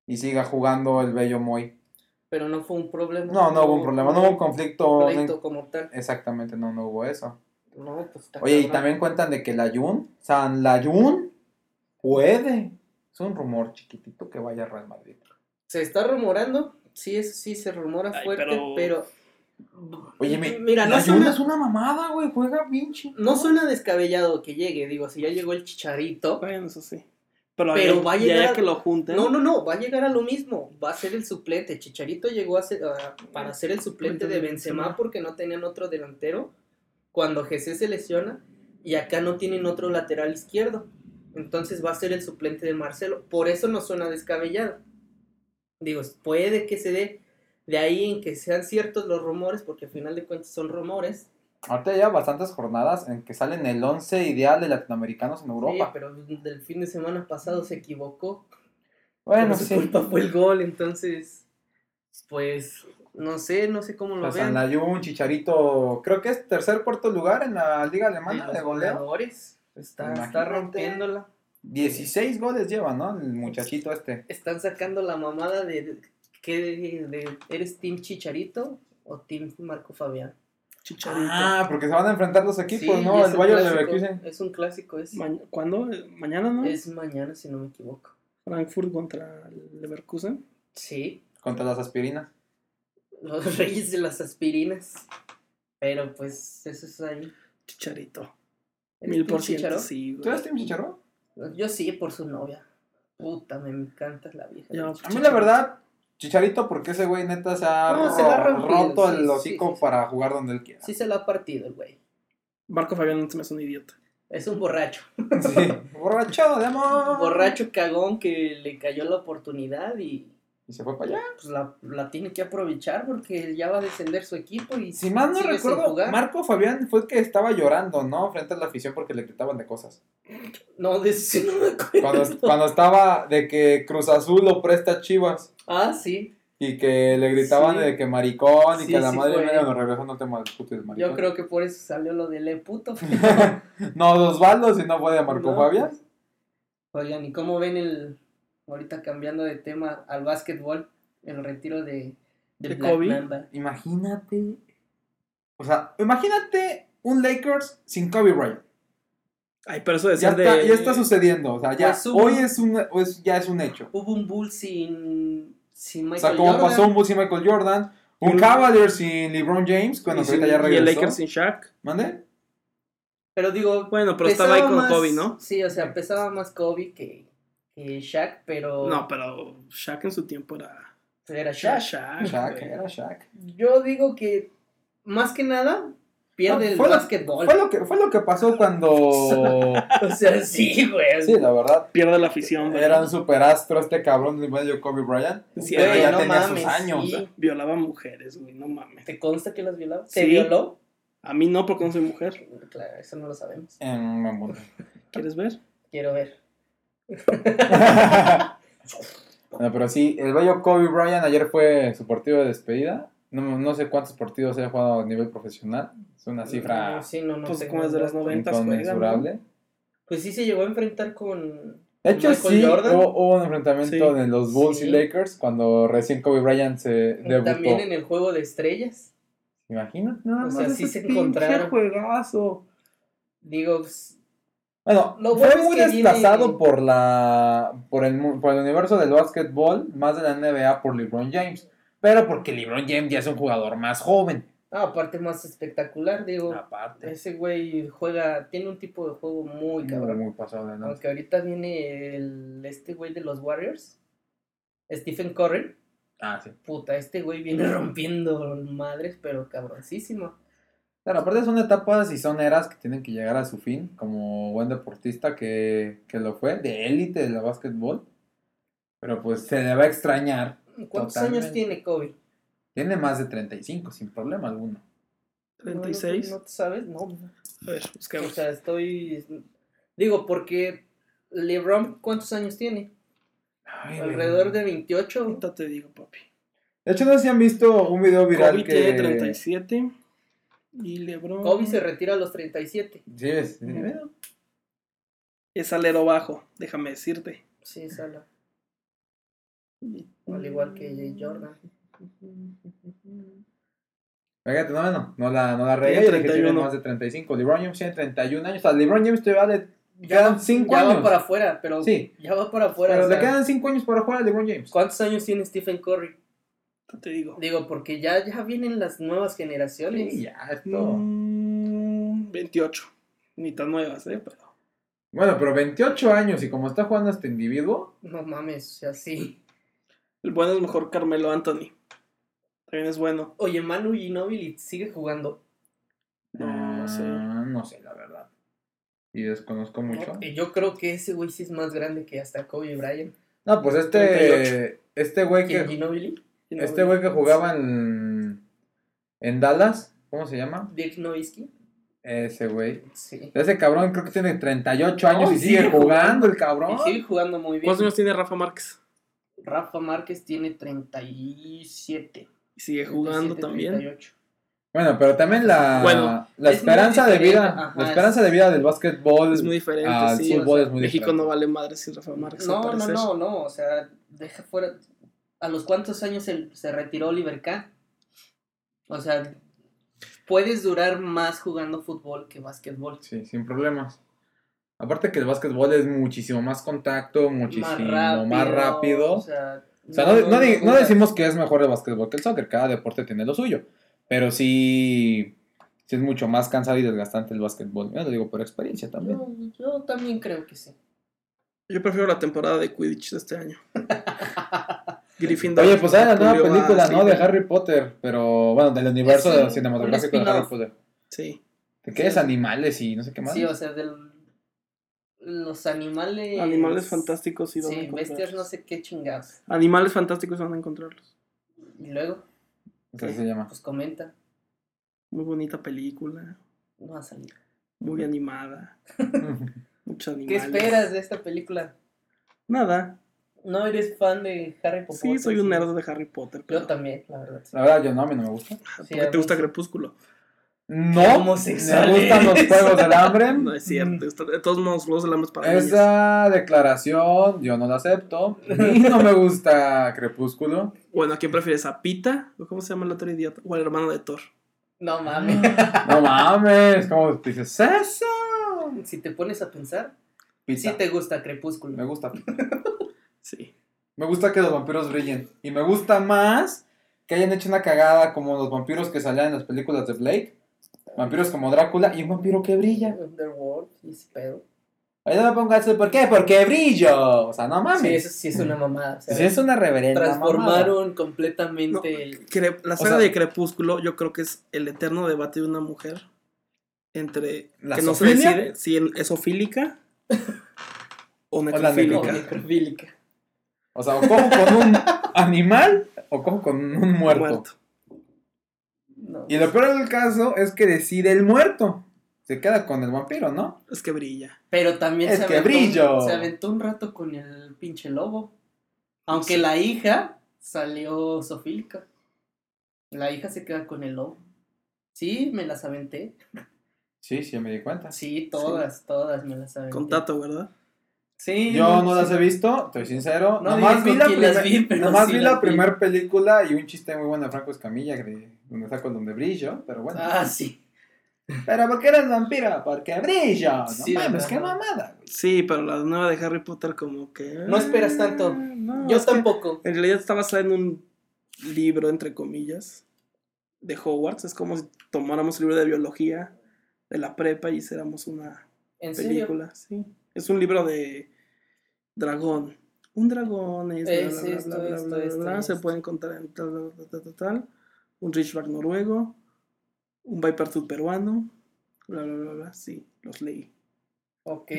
Speaker 1: Y siga jugando el bello Moy.
Speaker 2: Pero no fue un problema.
Speaker 1: No, no hubo un problema, no hubo un conflicto.
Speaker 2: conflicto como tal.
Speaker 1: Exactamente, no, no hubo eso.
Speaker 2: No, pues está
Speaker 1: Oye, y
Speaker 2: cabrón.
Speaker 1: también cuentan de que la Jun, San la Jun, puede. Es un rumor chiquitito que vaya a Real Madrid.
Speaker 2: Se está rumorando, sí, eso sí, se rumora
Speaker 3: Ay,
Speaker 2: fuerte,
Speaker 3: pero-
Speaker 2: pero...
Speaker 1: Oye, mi-
Speaker 2: mira, no
Speaker 1: la Jun
Speaker 2: suena,
Speaker 1: es una mamada, güey, juega pinche.
Speaker 2: no suena descabellado que llegue, digo, si ya llegó el chicharito.
Speaker 3: Bueno, eso sí. Pero,
Speaker 2: Pero
Speaker 3: ya,
Speaker 2: va a
Speaker 3: ya
Speaker 2: llegar-
Speaker 3: que lo junten.
Speaker 2: No, no, no, va a llegar a lo mismo. Va a ser el suplente. Chicharito llegó a ser- a- para ser el suplente de Benzema porque no tenían otro delantero cuando Jesús se lesiona y acá no tienen otro lateral izquierdo. Entonces va a ser el suplente de Marcelo. Por eso no suena descabellado. Digo, puede que se dé de ahí en que sean ciertos los rumores, porque al final de cuentas son rumores.
Speaker 1: Ahorita lleva bastantes jornadas en que salen el 11 ideal de latinoamericanos en
Speaker 2: Sí,
Speaker 1: Europa.
Speaker 2: pero del fin de semana pasado se equivocó.
Speaker 1: bueno,
Speaker 2: Por su
Speaker 1: sí.
Speaker 2: culpa fue el gol, entonces, pues, no sé, no sé cómo lo
Speaker 1: Pues San
Speaker 2: vean.
Speaker 1: la Jun, Chicharito, creo que es tercer, cuarto lugar en la liga alemana
Speaker 2: Los
Speaker 1: de goleo.
Speaker 2: goleadores, Está, está
Speaker 1: Imagínate.
Speaker 2: rompiéndola.
Speaker 1: 16 goles lleva, ¿no? El muchachito este.
Speaker 2: Están sacando la mamada de, que ¿eres Team Chicharito o Team Marco Fabián?
Speaker 3: Chicharito.
Speaker 1: Ah, porque se van a enfrentar los equipos,
Speaker 2: Sí,
Speaker 1: ¿no?
Speaker 2: es
Speaker 1: El
Speaker 2: un
Speaker 1: Bayern
Speaker 2: clásico,
Speaker 1: Leverkusen.
Speaker 2: Es un clásico, es,
Speaker 3: Ma- ¿Cuándo? Eh, Mañana, ¿no?
Speaker 2: es mañana si no me equivoco.
Speaker 3: Frankfurt contra el Leverkusen.
Speaker 2: Sí,
Speaker 1: Contra las aspirinas.
Speaker 2: los reyes de las aspirinas. Pero pues eso es ahí.
Speaker 3: Chicharito.
Speaker 2: ¿Eres
Speaker 3: Mil
Speaker 2: team
Speaker 3: por ciento.
Speaker 2: Chicharo?
Speaker 3: Sí, güey.
Speaker 1: ¿Tú eres Team Chicharro?
Speaker 2: Yo sí, por su novia. Puta, me encanta la vieja.
Speaker 3: Ya,
Speaker 2: del
Speaker 1: A mí la verdad, Chicharito, porque ese güey neta se ha,
Speaker 2: No, se la ha
Speaker 1: ro-
Speaker 2: rompido,
Speaker 1: roto
Speaker 2: sí,
Speaker 1: el hocico
Speaker 2: sí, sí, sí.
Speaker 1: para jugar donde él quiera.
Speaker 2: Sí se lo ha partido el güey.
Speaker 3: Marco Fabián no se me hace un idiota.
Speaker 2: Es un borracho.
Speaker 1: Sí. Borracho de amor.
Speaker 2: Borracho cagón que le cayó la oportunidad y,
Speaker 1: Y se fue para allá.
Speaker 2: Pues la, la tiene que aprovechar porque ya va a descender su equipo y
Speaker 1: Si mal no
Speaker 2: sigue sin
Speaker 1: recuerdo,
Speaker 2: jugar.
Speaker 1: Marco Fabián fue el que estaba llorando, ¿no? Frente a la afición porque le gritaban de cosas.
Speaker 2: No, de eso sí no me acuerdo.
Speaker 1: Cuando, cuando estaba de que Cruz Azul lo presta a Chivas
Speaker 2: Ah, sí.
Speaker 1: y que le gritaban
Speaker 2: Sí.
Speaker 1: de que maricón y
Speaker 2: Sí,
Speaker 1: que la
Speaker 2: sí
Speaker 1: madre
Speaker 2: fue.
Speaker 1: media nos regresó no te discutes maricón.
Speaker 2: Yo creo que por eso salió lo del "Eh, puto.
Speaker 1: No, de Osvaldo, si no fue de Marco
Speaker 2: No,
Speaker 1: Fabián.
Speaker 2: pues. Oigan, ¿y cómo ven el. Ahorita cambiando de tema al básquetbol, el retiro de, del
Speaker 3: ¿De
Speaker 2: Black
Speaker 3: Kobe?
Speaker 2: Mamba?
Speaker 1: Imagínate. O sea, imagínate un Lakers sin Kobe Bryant.
Speaker 3: Ay, pero eso
Speaker 1: Ya,
Speaker 3: decía Pues de.
Speaker 1: está, ya está sucediendo. O sea, ya
Speaker 2: Pues hubo-
Speaker 1: hoy es un, es- ya es un hecho.
Speaker 2: Hubo un Bull sin. sin
Speaker 1: O
Speaker 2: Michael
Speaker 1: sea, como
Speaker 2: Jordan.
Speaker 1: pasó un Bulls sin Michael Jordan, un
Speaker 3: Un-
Speaker 1: Cavaliers sin LeBron James, cuando
Speaker 3: y, sin-
Speaker 1: ahorita ya
Speaker 3: y el
Speaker 1: regresó.
Speaker 3: Lakers sin Shaq.
Speaker 1: ¿Mande?
Speaker 2: Pero digo.
Speaker 3: Bueno, pero estaba ahí
Speaker 2: pesaba
Speaker 3: con
Speaker 2: Pues más-
Speaker 3: Kobe, ¿no?
Speaker 2: Sí, o sea, pesaba más Kobe que, que Shaq, pero. pues,
Speaker 3: No, pero Shaq en su tiempo era.
Speaker 2: Era Shaq.
Speaker 3: Shaq, Shaq.
Speaker 1: Shaq,
Speaker 3: güey.
Speaker 1: era Shaq.
Speaker 2: Yo digo que más que nada pierde
Speaker 1: No,
Speaker 2: el
Speaker 1: fue lo-
Speaker 2: básquetbol.
Speaker 1: Fue lo que, fue lo que pasó cuando.
Speaker 2: O sea, sí, güey.
Speaker 1: Sí, la verdad.
Speaker 3: Pierde la afición, güey.
Speaker 1: Era un superastro este cabrón, igual yo Kobe Bryant.
Speaker 3: Sí,
Speaker 1: pero
Speaker 3: güey,
Speaker 1: ya
Speaker 2: no
Speaker 1: tenía
Speaker 2: mames,
Speaker 1: sus años.
Speaker 2: sí.
Speaker 3: Violaba mujeres, güey, no mames.
Speaker 2: ¿Te consta que las violaba? ¿Te
Speaker 3: Sí.
Speaker 2: violó?
Speaker 3: A mí no, porque no soy mujer.
Speaker 2: Claro, eso no lo sabemos.
Speaker 1: En Mamut.
Speaker 3: ¿Quieres ver?
Speaker 2: Quiero ver.
Speaker 1: No, pero sí, el bello Kobe Bryant ayer fue su partido de despedida. No, no sé cuántos partidos haya jugado a nivel profesional. Es una cifra
Speaker 2: No, sí, no, no
Speaker 3: Pues
Speaker 2: tengo
Speaker 3: como desde los
Speaker 2: idea.
Speaker 3: 90 juegan. ¿no?
Speaker 1: inconmensurable.
Speaker 2: Pues sí se llegó a enfrentar con.
Speaker 1: De hecho,
Speaker 2: Michael
Speaker 1: sí,
Speaker 2: Jordan.
Speaker 1: hubo, hubo un enfrentamiento
Speaker 3: Sí.
Speaker 1: de los Bulls y
Speaker 2: Sí.
Speaker 1: Lakers cuando recién Kobe Bryant se debutó.
Speaker 2: También en el juego de estrellas.
Speaker 1: Imagínate, nada
Speaker 2: O
Speaker 1: más
Speaker 2: sea,
Speaker 1: ese
Speaker 2: sí se
Speaker 1: pinche
Speaker 2: encontraron.
Speaker 1: juegazo.
Speaker 2: Digo, pues,
Speaker 1: Bueno,
Speaker 2: Lo
Speaker 1: fue
Speaker 2: bueno es
Speaker 1: muy
Speaker 2: que viene-
Speaker 1: desplazado por la por el, mu- por el universo del básquetbol, más de la NBA por LeBron James. Pero porque LeBron James ya es un jugador más joven.
Speaker 2: ah, aparte más espectacular, digo.
Speaker 3: Ah,
Speaker 1: Aparte.
Speaker 2: Ese güey juega, tiene un tipo de juego muy cabrón.
Speaker 1: Muy pasado de lanza.
Speaker 2: Aunque ahorita viene el, este güey de los Warriors, Stephen Curry.
Speaker 1: Ah, sí.
Speaker 2: Puta, este güey viene rompiendo madres, pero cabroncísimo.
Speaker 1: Claro, aparte son etapas y son eras que tienen que llegar a su fin, como buen deportista que, que lo fue, de élite de la básquetbol. Pero pues se le va a extrañar.
Speaker 2: ¿Cuántos
Speaker 1: Totalmente.
Speaker 2: años tiene Kobe?
Speaker 1: Tiene más de 35, sin problema alguno.
Speaker 2: No,
Speaker 3: 36.
Speaker 2: no te sabes, no.
Speaker 3: A ver,
Speaker 2: O
Speaker 3: busquemos.
Speaker 2: sea, estoy. Digo, porque LeBron, ¿cuántos años tiene?
Speaker 1: Ay,
Speaker 2: Alrededor
Speaker 1: güey.
Speaker 2: de 28.
Speaker 3: Ahorita te digo, papi.
Speaker 1: De hecho, no sé si han visto un video viral
Speaker 3: Kobe
Speaker 1: que...
Speaker 3: tiene 37. Y LeBron
Speaker 2: Kobe se retira a los 37.
Speaker 1: Sí, es- sí,
Speaker 3: Ujú.
Speaker 1: bueno.
Speaker 3: es alero bajo, déjame decirte.
Speaker 2: Sí, Sala. Al igual que Jordan.
Speaker 1: Fíjate, no, no, no la, no la regué,
Speaker 3: Tiene
Speaker 1: yo dije, tiene
Speaker 3: 31.
Speaker 1: más de 35. LeBron James tiene 31 años. O sea, LeBron James todavía le quedan 5
Speaker 2: Ya va
Speaker 1: años.
Speaker 2: para afuera, pero.
Speaker 1: Sí,
Speaker 2: Ya va para afuera.
Speaker 1: pero
Speaker 2: o
Speaker 1: le
Speaker 2: sea,
Speaker 1: quedan 5 años para jugar a LeBron James.
Speaker 2: ¿Cuántos años tiene Stephen Curry?
Speaker 3: Ahorita te digo.
Speaker 2: Digo, porque ya, ya vienen las nuevas generaciones.
Speaker 1: Sí, ya, esto...
Speaker 3: Mm, 28. Ni tan nuevas, ¿eh? Pero
Speaker 1: Bueno, pero 28 años y como está jugando este individuo,
Speaker 2: No mames, o sea, sí.
Speaker 3: el bueno es mejor Carmelo Anthony. También es bueno.
Speaker 2: Oye, Manu Ginobili sigue jugando.
Speaker 3: No,
Speaker 1: ah,
Speaker 3: no sé.
Speaker 1: no sé, la verdad. Y desconozco mucho.
Speaker 2: Eh, Yo creo que ese güey sí es más grande que hasta Kobe Bryant.
Speaker 1: No, pues este
Speaker 3: 38.
Speaker 1: este güey
Speaker 2: ¿Quién,
Speaker 1: que
Speaker 2: Ginobili?
Speaker 1: este güey que jugaba en en Dallas, ¿cómo se llama?
Speaker 2: Dirk Nowitzki.
Speaker 1: Ese güey.
Speaker 2: Sí.
Speaker 1: Ese cabrón creo que tiene 38 años
Speaker 3: No,
Speaker 1: y
Speaker 3: y
Speaker 1: sigue,
Speaker 3: sigue
Speaker 1: jugando,
Speaker 3: jugando.
Speaker 1: el cabrón.
Speaker 2: Y sigue jugando muy bien.
Speaker 3: ¿Cuántos años tiene Rafa Márquez?
Speaker 2: Rafa Márquez tiene 37.
Speaker 3: Y sigue jugando
Speaker 2: 37,
Speaker 3: también.
Speaker 2: 38.
Speaker 1: Bueno, pero también la,
Speaker 3: Bueno,
Speaker 1: la
Speaker 2: es
Speaker 1: esperanza
Speaker 2: muy
Speaker 1: de vida,
Speaker 2: diferente, ajá,
Speaker 1: la esperanza de vida del básquetbol
Speaker 3: Es muy diferente,
Speaker 1: al
Speaker 3: sí.
Speaker 1: fútbol
Speaker 2: o sea,
Speaker 1: es Ah, muy
Speaker 3: México
Speaker 1: diferente.
Speaker 3: no vale madre sin Rafa Márquez. al
Speaker 2: No, no,
Speaker 3: parecer.
Speaker 2: no, no. O sea, deja fuera. ¿A los cuántos años se, se retiró Oliver Kahn? O sea, puedes durar más jugando fútbol que básquetbol.
Speaker 1: Sí, sin problemas. Aparte que el básquetbol es muchísimo más contacto, muchísimo más rápido.
Speaker 2: O sea,
Speaker 1: O sea, no, no di- no
Speaker 2: dudas.
Speaker 1: decimos que es mejor el básquetbol que el soccer, cada deporte tiene lo suyo. Pero sí, sí es mucho más cansado y desgastante el básquetbol. Yo lo digo por experiencia también.
Speaker 2: Yo, yo también creo que sí.
Speaker 3: Yo prefiero la temporada de Quidditch de este año. Gryffindor.
Speaker 1: Oye, pues hay la nueva
Speaker 3: Mercurio,
Speaker 1: película,
Speaker 3: ah, sí,
Speaker 1: ¿no? De
Speaker 3: pero-
Speaker 1: Harry Potter, pero bueno, del universo
Speaker 2: Es un-
Speaker 1: cinematográfico
Speaker 2: un
Speaker 1: de Harry
Speaker 2: spin-off.
Speaker 1: Potter.
Speaker 3: Sí.
Speaker 1: ¿De qué es? Animales y no sé qué más.
Speaker 2: Sí, o sea, del los animales.
Speaker 3: Animales fantásticos y van a
Speaker 2: Sí,
Speaker 3: encontrarlos.
Speaker 2: bestias no sé qué chingados.
Speaker 3: Animales fantásticos van a encontrarlos.
Speaker 2: Y luego,
Speaker 1: Así se llama.
Speaker 2: pues comenta.
Speaker 3: Muy bonita película,
Speaker 2: No va a salir.
Speaker 3: muy animada, muchos
Speaker 2: ¿Qué
Speaker 3: animales.
Speaker 2: esperas de esta película?
Speaker 3: Nada.
Speaker 2: ¿No eres fan de Harry Potter?
Speaker 3: Sí, soy un nerd de Harry Potter, pero
Speaker 2: Yo también, la verdad.
Speaker 1: La verdad, yo no, a mí no me gusta.
Speaker 3: ¿por
Speaker 2: Sí,
Speaker 3: qué te gusta
Speaker 2: además-
Speaker 3: Crepúsculo?
Speaker 1: No,
Speaker 2: Homosexuales.
Speaker 1: me gustan los juegos del hambre.
Speaker 3: No es cierto, está- de todos modos, Juegos del Hambre es para niñas.
Speaker 1: mm. Esa declaración yo no la acepto. Y no me gusta Crepúsculo.
Speaker 3: Bueno, ¿a quién prefieres? ¿A Pita? ¿O cómo se llama el otro idiota? O al hermano de Thor.
Speaker 2: No mames.
Speaker 1: No mames, ¿cómo dices eso?
Speaker 2: si te pones a pensar,
Speaker 1: Pita.
Speaker 2: sí te gusta
Speaker 1: Ah. Me
Speaker 2: Crepúsculo.
Speaker 1: gusta.
Speaker 3: Sí.
Speaker 1: Me gusta que los vampiros brillen. Y me gusta más que hayan hecho una cagada como los vampiros que salían en las películas de Blake. Vampiros como Drácula y un vampiro que brilla.
Speaker 2: Underworld y ese pedo.
Speaker 1: Ahí no me pongas el por qué, porque brillo. O sea, no mames.
Speaker 2: Sí, eso sí es una mamada. o sea,
Speaker 1: Sí, es una reverenda. mamada.
Speaker 2: transformaron completamente el-
Speaker 3: Cre- la
Speaker 1: O
Speaker 3: saga
Speaker 1: sea-
Speaker 3: de Crepúsculo yo creo que es el eterno debate de una mujer entre
Speaker 1: ¿La
Speaker 3: que no se
Speaker 1: zoofilia?
Speaker 3: decide si en- es ofílica o
Speaker 1: la
Speaker 2: No,
Speaker 3: necrofílica.
Speaker 2: necrofílica.
Speaker 1: O sea, o cojo con un animal o cojo con un muerto.
Speaker 3: Muerto.
Speaker 2: No.
Speaker 1: Y lo peor del caso es que decide el muerto. Se queda con el vampiro, ¿no?
Speaker 3: Es que brilla.
Speaker 2: Pero también
Speaker 1: Es
Speaker 2: se,
Speaker 1: que
Speaker 2: aventó
Speaker 1: brillo.
Speaker 2: Un, se aventó un rato con el pinche lobo. Aunque la hija salió sofílica. La hija se queda con el lobo. Sí, me las aventé.
Speaker 1: Sí, sí, me di cuenta.
Speaker 2: Sí, todas, todas me las aventé.
Speaker 3: Con Tato, ¿verdad?
Speaker 2: Sí.
Speaker 1: Yo no las
Speaker 2: sí.
Speaker 1: he visto, estoy sincero.
Speaker 2: No
Speaker 1: nomás
Speaker 2: digas
Speaker 1: vi
Speaker 2: con
Speaker 1: la,
Speaker 2: quién las
Speaker 1: primer-
Speaker 2: vi, pero
Speaker 1: nomás
Speaker 2: sí
Speaker 1: vi
Speaker 2: las
Speaker 1: la
Speaker 2: vi.
Speaker 1: primera película y un chiste muy bueno de Franco Escamilla, que- donde está con donde brillo, pero bueno.
Speaker 2: Ah, sí.
Speaker 1: Pero ¿por qué eres vampiro? Porque brillo. No
Speaker 2: Sí,
Speaker 1: mames,
Speaker 2: ¿verdad?
Speaker 1: qué mamada. güey.
Speaker 3: Sí, pero la nueva de Harry Potter como que...
Speaker 2: No esperas tanto.
Speaker 3: No,
Speaker 2: Yo
Speaker 3: es que
Speaker 2: tampoco.
Speaker 3: En realidad está basada en un libro, entre comillas, de Hogwarts. Es como si tomáramos el libro de biología de la prepa y hiciéramos una
Speaker 2: En serio.
Speaker 3: película, sí. Es un libro de dragón. Un dragón es, bla,
Speaker 2: Es
Speaker 3: bla, bla,
Speaker 2: esto,
Speaker 3: bla, bla,
Speaker 2: esto,
Speaker 3: bla, bla,
Speaker 2: esto,
Speaker 3: bla, se
Speaker 2: esto.
Speaker 3: puede encontrar en tal, tal, tal, tal, tal, tal. un Richback noruego, un Vipertooth peruano, bla, bla, bla, bla, sí, los leí.
Speaker 2: Ok.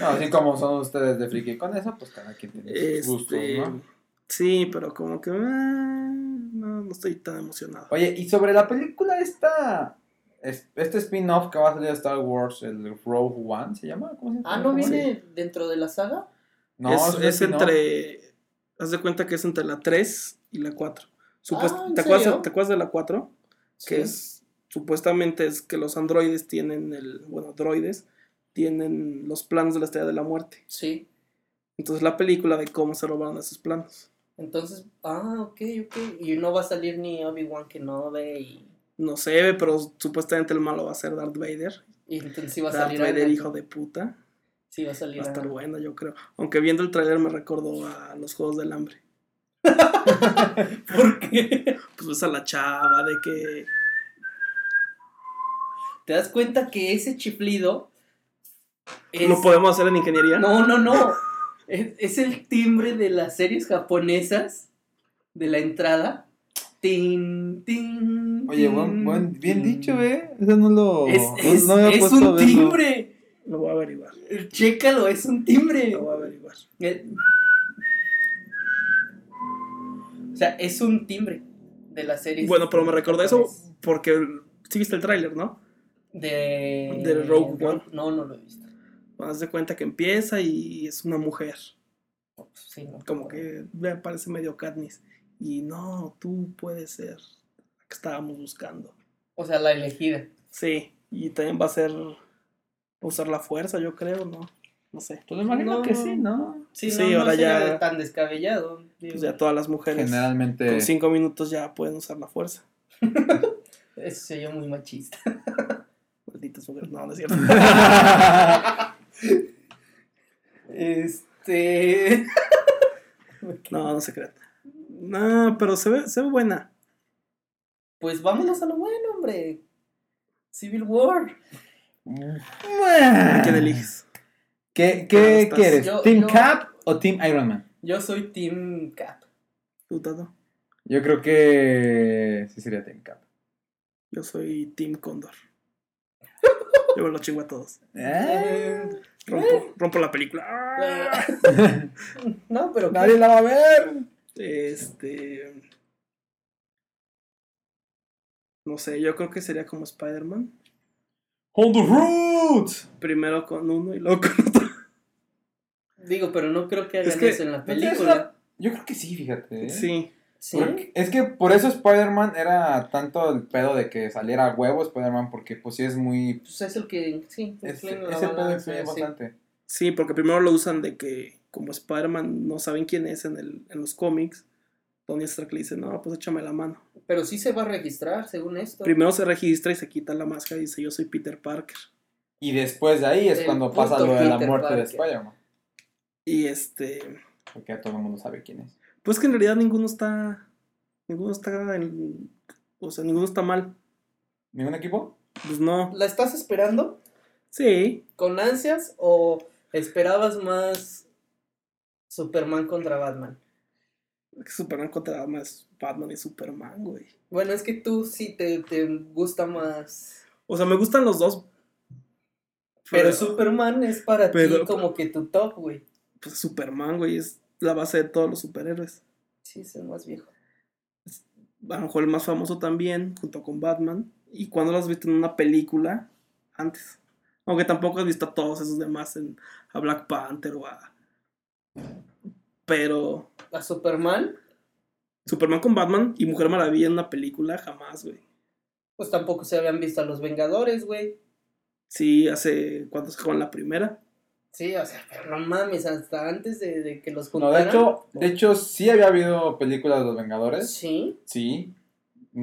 Speaker 1: No, así como son ustedes de friki con eso, pues cada quien tiene sus gustos,
Speaker 3: Este,
Speaker 1: ¿no?
Speaker 3: Sí, pero como que ah, no, no estoy tan emocionado.
Speaker 1: Oye, y sobre la película esta... es- Este spin-off que va a salir de Star Wars, el Rogue One, ¿se llama? ¿Cómo se llama?
Speaker 2: Ah, ¿no
Speaker 1: ¿Cómo se-
Speaker 2: viene dentro de la saga?
Speaker 1: No,
Speaker 3: es
Speaker 1: un
Speaker 3: es
Speaker 1: spin-off.
Speaker 3: entre. Haz de cuenta que es entre la 3 y la 4. Supuest-
Speaker 2: Ah, ¿en
Speaker 3: ¿te, acuerdas,
Speaker 2: serio?
Speaker 3: ¿Te acuerdas de la 4?
Speaker 2: Sí.
Speaker 3: Que es. Supuestamente es que los androides tienen el. Bueno, droides tienen los planos de la estrella de la muerte.
Speaker 2: Sí.
Speaker 3: Entonces la película de cómo se robaron esos planos.
Speaker 2: Entonces, ah, ok, ok. Y no va a salir ni Obi-Wan Kenobi y,
Speaker 3: No sé, pero supuestamente el malo va a ser Darth Vader.
Speaker 2: y entonces sí va a
Speaker 3: Darth
Speaker 2: salir
Speaker 3: Vader,
Speaker 2: Anakin.
Speaker 3: hijo de puta.
Speaker 2: Sí, va a
Speaker 3: Va
Speaker 2: salir
Speaker 3: a estar
Speaker 2: Anakin.
Speaker 3: buena, yo creo. Aunque viendo el tráiler me recordó a los Juegos del Hambre.
Speaker 2: ¿Por qué?
Speaker 3: Pues ves a la chava de que.
Speaker 2: ¿Te das cuenta que ese chiflido es...
Speaker 3: No podemos hacer en ingeniería.
Speaker 2: No, no, no. Es, es el timbre de las series japonesas de la entrada. Tin, tin.
Speaker 1: Oye,
Speaker 2: tin,
Speaker 1: buen, buen- bien
Speaker 3: Mm.
Speaker 2: tin.
Speaker 1: dicho, ¿eh? Eso no lo.
Speaker 2: Es,
Speaker 1: no-
Speaker 2: es-
Speaker 1: no me había
Speaker 2: es
Speaker 1: puesto a
Speaker 2: un
Speaker 1: verlo.
Speaker 2: timbre.
Speaker 3: Lo voy a averiguar.
Speaker 2: Chécalo, es un timbre.
Speaker 3: Lo voy a averiguar.
Speaker 2: Eh, O sea, es un timbre de la serie.
Speaker 3: Bueno, pero me recordé eso porque sí viste el tráiler, ¿no?
Speaker 2: De.
Speaker 3: de Rogue One.
Speaker 2: No, no lo he visto.
Speaker 3: Cuando das de cuenta que empieza y es una mujer.
Speaker 2: Sí, no.
Speaker 3: Como que me parece medio Katniss. Y no, tú puedes ser la que estábamos buscando.
Speaker 2: O sea, la elegida.
Speaker 3: Sí, y también va a ser va a usar la fuerza, yo creo, ¿no? No sé.
Speaker 1: Pues me imagino
Speaker 2: No.
Speaker 1: que sí, ¿no?
Speaker 2: Sí,
Speaker 3: Sí,
Speaker 2: no, no
Speaker 3: ahora ya-
Speaker 2: sería tan descabellado. digo,
Speaker 3: Pues ya todas las mujeres
Speaker 1: Generalmente.
Speaker 3: con cinco minutos ya pueden usar la fuerza.
Speaker 2: Eso sería muy machista.
Speaker 3: Malditas mujeres. No, no es cierto.
Speaker 2: Este.
Speaker 3: No, no se crean. No, pero se ve, se ve buena.
Speaker 2: Pues vámonos a lo bueno, hombre. Civil War.
Speaker 3: ¿A quién eliges?
Speaker 1: ¿Qué, qué
Speaker 3: estás?
Speaker 1: quieres?
Speaker 2: Yo-
Speaker 1: ¿Team
Speaker 2: yo-
Speaker 1: Cap o Team Iron Man?
Speaker 2: Yo soy Team Cap.
Speaker 3: ¿Tú, Tato?
Speaker 1: Yo creo que. Sí, sería Team Cap.
Speaker 3: Yo soy Team Condor. Luego los chingo a todos.
Speaker 2: Eh,
Speaker 3: Rompo, rompo la película. ¡Ah!
Speaker 2: no, pero ¿qué?
Speaker 1: ¿Eh? Nadie la va a ver.
Speaker 3: Este. No sé, yo creo que sería como Spider-Man.
Speaker 1: On the road.
Speaker 3: Primero con uno y luego con otro.
Speaker 2: digo, pero no creo que hagan
Speaker 3: Es que-
Speaker 2: eso en la
Speaker 1: ¿No tienes
Speaker 2: película.
Speaker 1: una- Yo creo que sí, fíjate. ¿eh?
Speaker 3: Sí.
Speaker 2: ¿Sí?
Speaker 1: Porque- es que por eso Spider-Man era tanto el pedo de que saliera a huevo Spider-Man, porque pues sí es muy...
Speaker 2: Pues es el que. Sí,
Speaker 1: es-
Speaker 2: influye en la
Speaker 1: ese pedo
Speaker 2: balanza,
Speaker 1: influye
Speaker 2: sí.
Speaker 1: bastante.
Speaker 3: Sí, porque primero lo usan de que como Spider-Man no saben quién es en, el, en los cómics, Tony Stark le dice, no, pues échame la mano.
Speaker 2: Pero sí se va a registrar, según esto.
Speaker 3: Primero se registra y se quita la máscara y dice, yo soy Peter Parker.
Speaker 1: Y después de ahí es
Speaker 2: El
Speaker 1: cuando pasa
Speaker 2: puto
Speaker 1: lo de la
Speaker 2: Peter
Speaker 1: muerte de
Speaker 2: Parker.
Speaker 1: Spider-Man,
Speaker 3: Y este,
Speaker 1: porque ya todo el mundo sabe quién es.
Speaker 3: pues que en realidad ninguno está, ninguno está en, o sea, ninguno está mal.
Speaker 1: ¿Ningún equipo?
Speaker 3: Pues no.
Speaker 2: ¿La estás esperando
Speaker 3: Sí,
Speaker 2: con ansias o esperabas más Superman contra Batman?
Speaker 3: es que Superman contra más Batman y Superman, güey.
Speaker 2: Bueno, es que tú sí te, te gusta más.
Speaker 3: O sea, me gustan los dos.
Speaker 2: Pero Superman es para ti
Speaker 3: pero-
Speaker 2: como que tu top, güey.
Speaker 3: Pues Superman, güey, es la base de todos los superhéroes.
Speaker 2: Sí, es el más viejo.
Speaker 3: a lo mejor el más famoso también, junto con Batman. ¿Y cuando lo has visto en una película? Antes. Aunque tampoco has visto a todos esos demás, en, a Black Panther o a... Pero
Speaker 2: ¿A Superman?
Speaker 3: Superman con Batman y Mujer Maravilla en una película, jamás, güey.
Speaker 2: Pues tampoco se habían visto a los Vengadores, güey.
Speaker 3: Sí, hace... ¿Cuánto sacaban la primera?
Speaker 2: Sí, o sea, pero no mames, hasta antes de, de que los
Speaker 1: No, de
Speaker 2: juntaran.
Speaker 1: hecho, de hecho sí había habido películas de los Vengadores.
Speaker 2: Sí.
Speaker 1: Sí.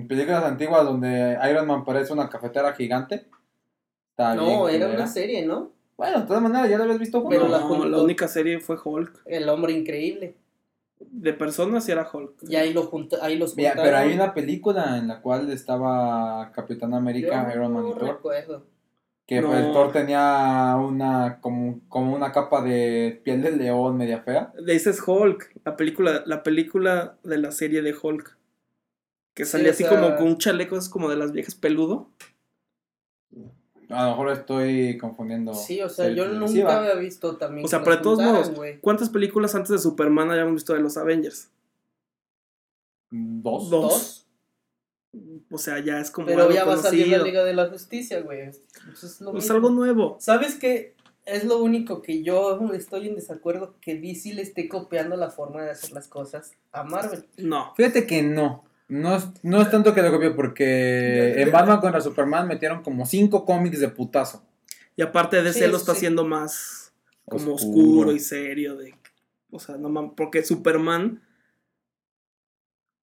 Speaker 1: Películas antiguas donde Iron Man parece una cafetera gigante. Está
Speaker 2: No,
Speaker 1: bien
Speaker 2: era
Speaker 1: culera.
Speaker 2: una serie, ¿no?
Speaker 1: Bueno, de todas maneras, ya la habías visto
Speaker 2: Pero
Speaker 3: Pero
Speaker 1: juntos.
Speaker 2: la
Speaker 3: la,
Speaker 2: juntó.
Speaker 3: única serie fue Hulk.
Speaker 2: El hombre increíble.
Speaker 3: De personas sí era Hulk.
Speaker 2: Y ahí, lo junta, ahí los
Speaker 1: Mira,
Speaker 2: juntaron.
Speaker 1: pero hay una película en la cual estaba Capitán América,
Speaker 2: Yo
Speaker 1: Iron Man y
Speaker 2: No
Speaker 1: Thor.
Speaker 2: recuerdo.
Speaker 1: Que
Speaker 3: No.
Speaker 1: pues, Thor tenía una como, como una capa de piel de león media fea.
Speaker 3: De ese es Hulk, la película, la película de la serie de Hulk. Que
Speaker 2: Sí,
Speaker 3: sale
Speaker 2: o
Speaker 3: así
Speaker 2: sea-
Speaker 3: como con un chaleco, es como de las viejas peludo.
Speaker 1: A lo mejor estoy confundiendo.
Speaker 2: Sí, o sea,
Speaker 1: serie
Speaker 2: yo
Speaker 1: televisiva.
Speaker 2: nunca había visto también.
Speaker 3: O sea,
Speaker 2: que
Speaker 3: pero
Speaker 2: los
Speaker 3: de todos
Speaker 2: juntaran,
Speaker 3: modos,
Speaker 2: güey.
Speaker 3: ¿cuántas películas antes de Superman habíamos visto de los Avengers?
Speaker 1: Dos.
Speaker 3: Dos.
Speaker 2: Dos.
Speaker 3: O sea, ya es como
Speaker 2: Pero
Speaker 3: algo
Speaker 2: ya va a salir la
Speaker 3: conocido.
Speaker 2: Liga de la Justicia, güey. Pues es lo
Speaker 3: Es
Speaker 2: mismo.
Speaker 3: algo nuevo.
Speaker 2: ¿Sabes qué? Es lo único que yo estoy en desacuerdo que DC le esté copiando la forma de hacer las cosas a Marvel.
Speaker 3: No.
Speaker 1: Fíjate que no. No es, no es tanto que lo copie porque en Batman contra Superman metieron como cinco cómics de putazo.
Speaker 3: Y aparte DC
Speaker 2: Sí,
Speaker 3: lo
Speaker 2: eso
Speaker 3: está
Speaker 2: sí.
Speaker 3: haciendo más como oscuro. y serio. De, o sea, no mames. Porque Superman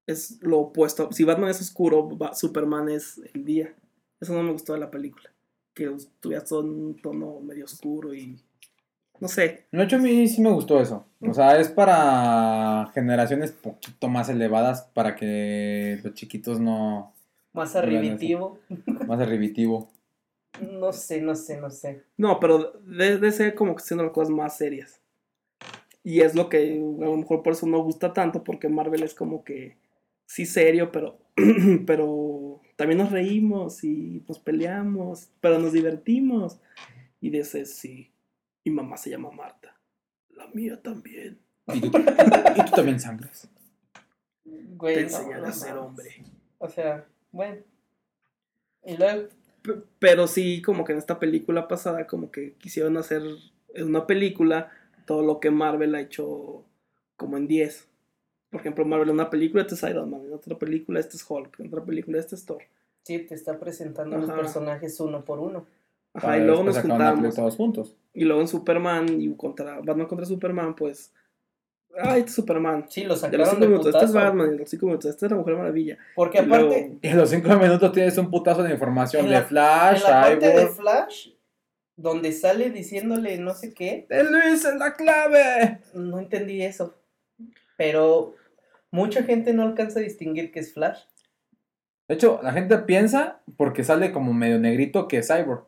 Speaker 3: es lo opuesto. Si Batman es oscuro, Ba- Superman es el día. Eso no me gustó de la película. Que estuviera todo en un tono medio oscuro y. No sé.
Speaker 1: De hecho, a mí sí me gustó eso. O sea, es para generaciones poquito más elevadas para que los chiquitos no...
Speaker 2: Más
Speaker 1: Bueno, sí.
Speaker 2: arribitivo.
Speaker 1: más arribitivo.
Speaker 2: No sé, no sé, no sé.
Speaker 3: No, pero de- de ser como que haciendo las cosas más serias. Y es lo que a lo mejor por eso no gusta tanto, porque Marvel es como que sí serio, pero, pero también nos reímos y nos peleamos, pero nos divertimos. Y de ese sí. Mi mamá se llama Marta. La mía también.
Speaker 1: Y tú, y tú también sangras.
Speaker 2: Güey,
Speaker 3: Te
Speaker 2: no,
Speaker 3: enseñaré
Speaker 2: no
Speaker 3: a ser
Speaker 2: mames.
Speaker 3: hombre.
Speaker 2: O sea, bueno. Y luego,
Speaker 3: P- Pero sí, como que en esta película pasada, como que quisieron hacer en una película todo lo que Marvel ha hecho como en 10. Por ejemplo, Marvel en una película, este es Iron Man, en otra película, este es Hulk, en otra película, este es Thor.
Speaker 2: sí, te está presentando los
Speaker 3: Ajá.
Speaker 2: personajes uno por uno.
Speaker 3: Ajá,
Speaker 1: Para
Speaker 3: y luego
Speaker 1: Ah, después
Speaker 3: nos
Speaker 1: sacar una película
Speaker 3: juntamos.
Speaker 1: todos juntos.
Speaker 3: Y luego en Superman y contra Batman contra Superman, pues. Ah, este es Superman.
Speaker 2: Sí, lo
Speaker 3: De los
Speaker 2: sacaron
Speaker 3: 5
Speaker 2: de,
Speaker 3: minutos, este es
Speaker 2: putazo.
Speaker 3: Batman, de los 5 minutos, este es la Mujer Maravilla.
Speaker 2: Porque
Speaker 3: Y luego-
Speaker 2: aparte,
Speaker 1: Y en los cinco minutos tienes un putazo de información
Speaker 2: En la-
Speaker 1: de Flash,
Speaker 2: en la parte de
Speaker 1: Cyborg.
Speaker 2: Flash, donde sale diciéndole no sé qué,
Speaker 1: ¡El Luis es la clave!
Speaker 2: no entendí eso. Pero mucha gente no alcanza a distinguir que es Flash.
Speaker 1: De hecho, la gente piensa porque sale como medio negrito que es Cyborg.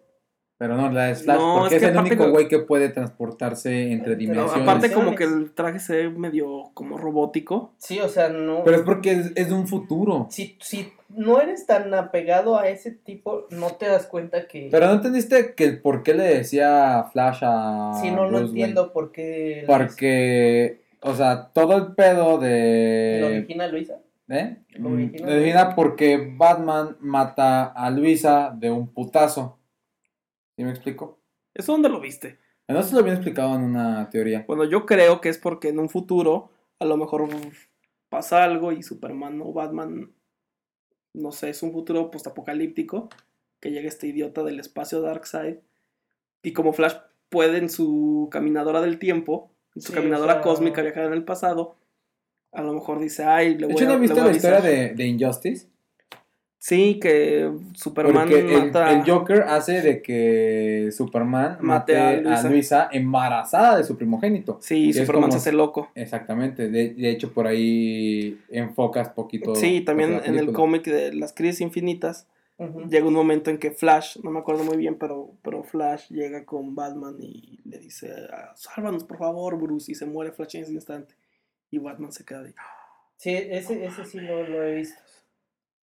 Speaker 1: Pero no, la Slash,
Speaker 3: No,
Speaker 1: porque
Speaker 3: es
Speaker 1: es,
Speaker 3: que
Speaker 1: el
Speaker 3: aparte
Speaker 1: único
Speaker 3: que-
Speaker 1: güey que puede transportarse entre
Speaker 3: No,
Speaker 2: Pero
Speaker 1: dimensiones.
Speaker 3: aparte como que el traje se ve medio como robótico.
Speaker 2: Sí, o sea, no.
Speaker 1: Pero es porque es, es de un futuro.
Speaker 2: si, si no eres tan apegado a ese tipo, no te das cuenta que.
Speaker 1: Pero no entendiste que el por qué le decía Flash a.
Speaker 2: si
Speaker 3: Ah, pues,
Speaker 2: no, no
Speaker 1: Bruce Wayne?
Speaker 2: entiendo por qué. la-
Speaker 1: Porque, o sea, todo el pedo
Speaker 2: ¿Lo
Speaker 1: de.
Speaker 2: origina Luisa?
Speaker 1: ¿Eh?
Speaker 2: Lo
Speaker 1: Mm,
Speaker 2: original.
Speaker 1: lo original porque Batman mata a Luisa de un putazo. ¿Sí me explico?
Speaker 3: ¿Eso dónde lo viste?
Speaker 1: No se lo habían explicado en una teoría.
Speaker 3: Bueno, yo creo que es porque en un futuro a lo mejor pasa algo y Superman o Batman, no sé, es un futuro postapocalíptico que llega este idiota del espacio Darkseid y como Flash puede en su caminadora del tiempo, en su
Speaker 2: Sí, o
Speaker 3: caminadora
Speaker 2: sea-
Speaker 3: cósfica viajar en el pasado, a lo mejor dice, ay, le
Speaker 1: De
Speaker 3: voy
Speaker 1: hecho,
Speaker 3: a
Speaker 1: ¿no
Speaker 3: le
Speaker 1: viste
Speaker 3: voy a
Speaker 1: la historia
Speaker 3: avisar".
Speaker 1: de, de Injustice?
Speaker 3: Sí, que Superman
Speaker 1: Porque el,
Speaker 3: mata...
Speaker 1: el Joker hace de que Superman
Speaker 3: Mate
Speaker 1: mate
Speaker 3: a
Speaker 1: a
Speaker 3: Luisa.
Speaker 1: Luisa. embarazada de su primogénito.
Speaker 3: Sí,
Speaker 1: es
Speaker 3: Superman
Speaker 1: como-
Speaker 3: se hace loco.
Speaker 1: Exactamente. De, de hecho, por ahí enfocas poquito.
Speaker 3: Sí,
Speaker 1: la
Speaker 3: también en el
Speaker 1: película.
Speaker 3: cómic de las crisis infinitas
Speaker 2: Ujú.
Speaker 3: llega un momento en que Flash, no me acuerdo muy bien, pero, pero Flash llega con Batman y le dice, "Ah, sálvanos por favor, Bruce, y se muere Flash en ese instante. Y Batman se queda ahí.
Speaker 2: Sí, ese, ese sí lo, lo he visto.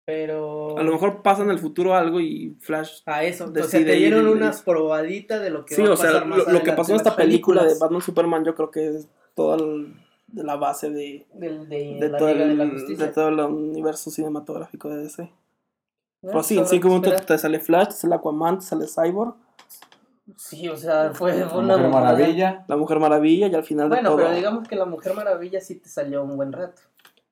Speaker 2: Pero.
Speaker 3: A lo mejor pasa en el futuro algo y Flash...
Speaker 2: A eso. O sea,
Speaker 3: decide
Speaker 2: te
Speaker 3: ir
Speaker 2: dieron
Speaker 3: y-
Speaker 2: una probadita de lo que
Speaker 3: Sí,
Speaker 2: va a
Speaker 3: o
Speaker 2: pasar
Speaker 3: sea,
Speaker 2: más
Speaker 3: lo, lo que
Speaker 2: adelante
Speaker 3: pasó
Speaker 2: en
Speaker 3: en esta
Speaker 2: las
Speaker 3: película de
Speaker 2: películas.
Speaker 3: Batman Superman yo creo que es toda el- de la base de,
Speaker 2: Del- de,
Speaker 3: de
Speaker 2: la
Speaker 3: todo
Speaker 2: Liga de la
Speaker 3: el-
Speaker 2: Justicia.
Speaker 3: de todo el universo cinematográfico de DC.
Speaker 2: ¿no?
Speaker 3: Pero pues sí, en
Speaker 2: Solo
Speaker 3: cinco minutos
Speaker 2: espera.
Speaker 3: te sale Flash, te sale Aquaman, te sale Cyborg,
Speaker 2: Sí, o sea, fue
Speaker 1: La
Speaker 2: fue una
Speaker 1: Mujer
Speaker 2: mamada.
Speaker 1: Maravilla.
Speaker 3: La Mujer Maravilla y al final de
Speaker 2: Bueno,
Speaker 3: todo...
Speaker 2: pero digamos que la Mujer Maravilla sí te salió un buen rato.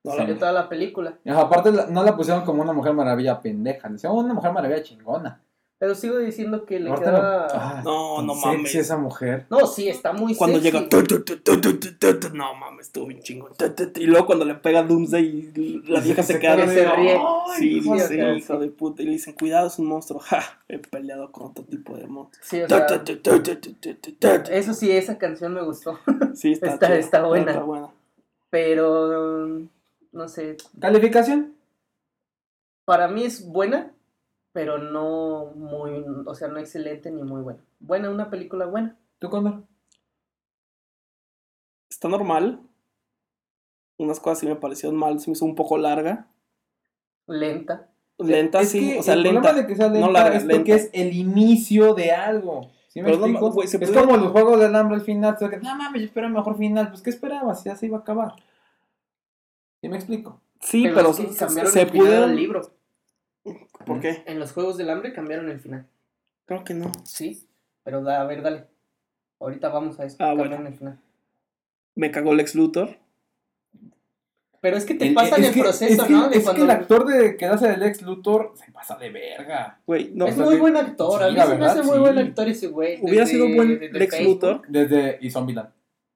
Speaker 2: Te
Speaker 1: Sí.
Speaker 2: salió toda la película.
Speaker 1: Ajá, Aparte, la- no la pusieron como una mujer maravilla pendeja. Le Decían "Oh, una mujer maravilla chingona.
Speaker 2: Pero sigo diciendo que le
Speaker 1: Ahorita no-
Speaker 2: queda.
Speaker 1: Ah,
Speaker 3: No,
Speaker 1: tan
Speaker 3: no mames.
Speaker 1: sexy esa mujer.
Speaker 2: No, sí, está muy
Speaker 3: Cuando
Speaker 2: sexy.
Speaker 3: llega. tu, tu, tu, tu, tu, tu, tu, tu, No mames, estuvo bien chingón. Tu, tu, tu, Y luego cuando le pega Doomsday y la vieja se queda
Speaker 2: que
Speaker 3: de-
Speaker 2: se ríe.
Speaker 3: "Ay, Sí,
Speaker 2: hijo de
Speaker 3: dice,
Speaker 2: puta".
Speaker 3: hijo de puta. Y le dicen, cuidado, es un monstruo. Ja, he peleado con otro tipo de monstruo.
Speaker 2: Sí, o
Speaker 3: Tu,
Speaker 2: sea,
Speaker 3: tu, tu, tu, tu, tu, tu, tu, tu.
Speaker 2: eso sí, esa canción me gustó.
Speaker 3: Sí, está,
Speaker 2: está-
Speaker 3: chida,
Speaker 2: está buena.
Speaker 3: Está buena.
Speaker 2: Pero. mm, No sé.
Speaker 1: ¿Calificación?
Speaker 2: Para mí es buena, pero no muy. O sea, no excelente ni muy buena. Buena, una película buena.
Speaker 1: ¿Tú, Condor?
Speaker 3: Está normal. Unas cosas sí me parecieron mal. Se me hizo un poco larga.
Speaker 2: Lenta.
Speaker 3: Lenta,
Speaker 1: Es
Speaker 3: sí.
Speaker 1: que
Speaker 3: O sea,
Speaker 1: el
Speaker 3: lenta.
Speaker 1: problema de que sea
Speaker 3: no
Speaker 1: lenta
Speaker 3: larga,
Speaker 1: es porque
Speaker 3: lenta.
Speaker 1: es el inicio de algo. ¿Sí me
Speaker 3: Pero no
Speaker 1: explico?
Speaker 3: mames, güey, se
Speaker 1: es
Speaker 3: pudo-
Speaker 1: como los juegos del hambre al final. o sea, que, no mames, yo espero el mejor final. Pues, ¿qué esperabas? Ya se iba a acabar. ¿Sí me explico?
Speaker 3: Sí, pero,
Speaker 2: es que
Speaker 3: se-
Speaker 2: cambiaron
Speaker 3: se
Speaker 2: el final del
Speaker 3: puede.
Speaker 2: libro.
Speaker 3: ¿Por qué?
Speaker 2: En los Juegos del Hambre cambiaron el final.
Speaker 3: Creo que no.
Speaker 2: Sí, pero da, a ver, dale. Ahorita vamos a eso.
Speaker 3: Ah,
Speaker 2: cambiaron
Speaker 3: bueno.
Speaker 2: el final.
Speaker 3: Me cagó Lex Luthor.
Speaker 2: Pero es que te
Speaker 1: El-
Speaker 2: pasan
Speaker 1: es
Speaker 2: el
Speaker 1: que-
Speaker 2: proceso,
Speaker 1: es que-
Speaker 2: ¿no? De
Speaker 1: es que
Speaker 2: cuando-
Speaker 1: el actor de que hace el ex Luthor se pasa de verga.
Speaker 3: Güey, no.
Speaker 1: o
Speaker 2: es
Speaker 1: sea,
Speaker 2: muy
Speaker 1: que-
Speaker 2: buen actor. a
Speaker 1: sí,
Speaker 2: mí
Speaker 1: la
Speaker 2: se me
Speaker 1: verdad,
Speaker 2: hace muy
Speaker 1: sí.
Speaker 2: buen actor ese güey.
Speaker 3: Hubiera
Speaker 2: desde-
Speaker 3: sido buen
Speaker 2: desde
Speaker 3: Lex
Speaker 2: Facebook.
Speaker 3: Luthor.
Speaker 1: Desde y Zombieland.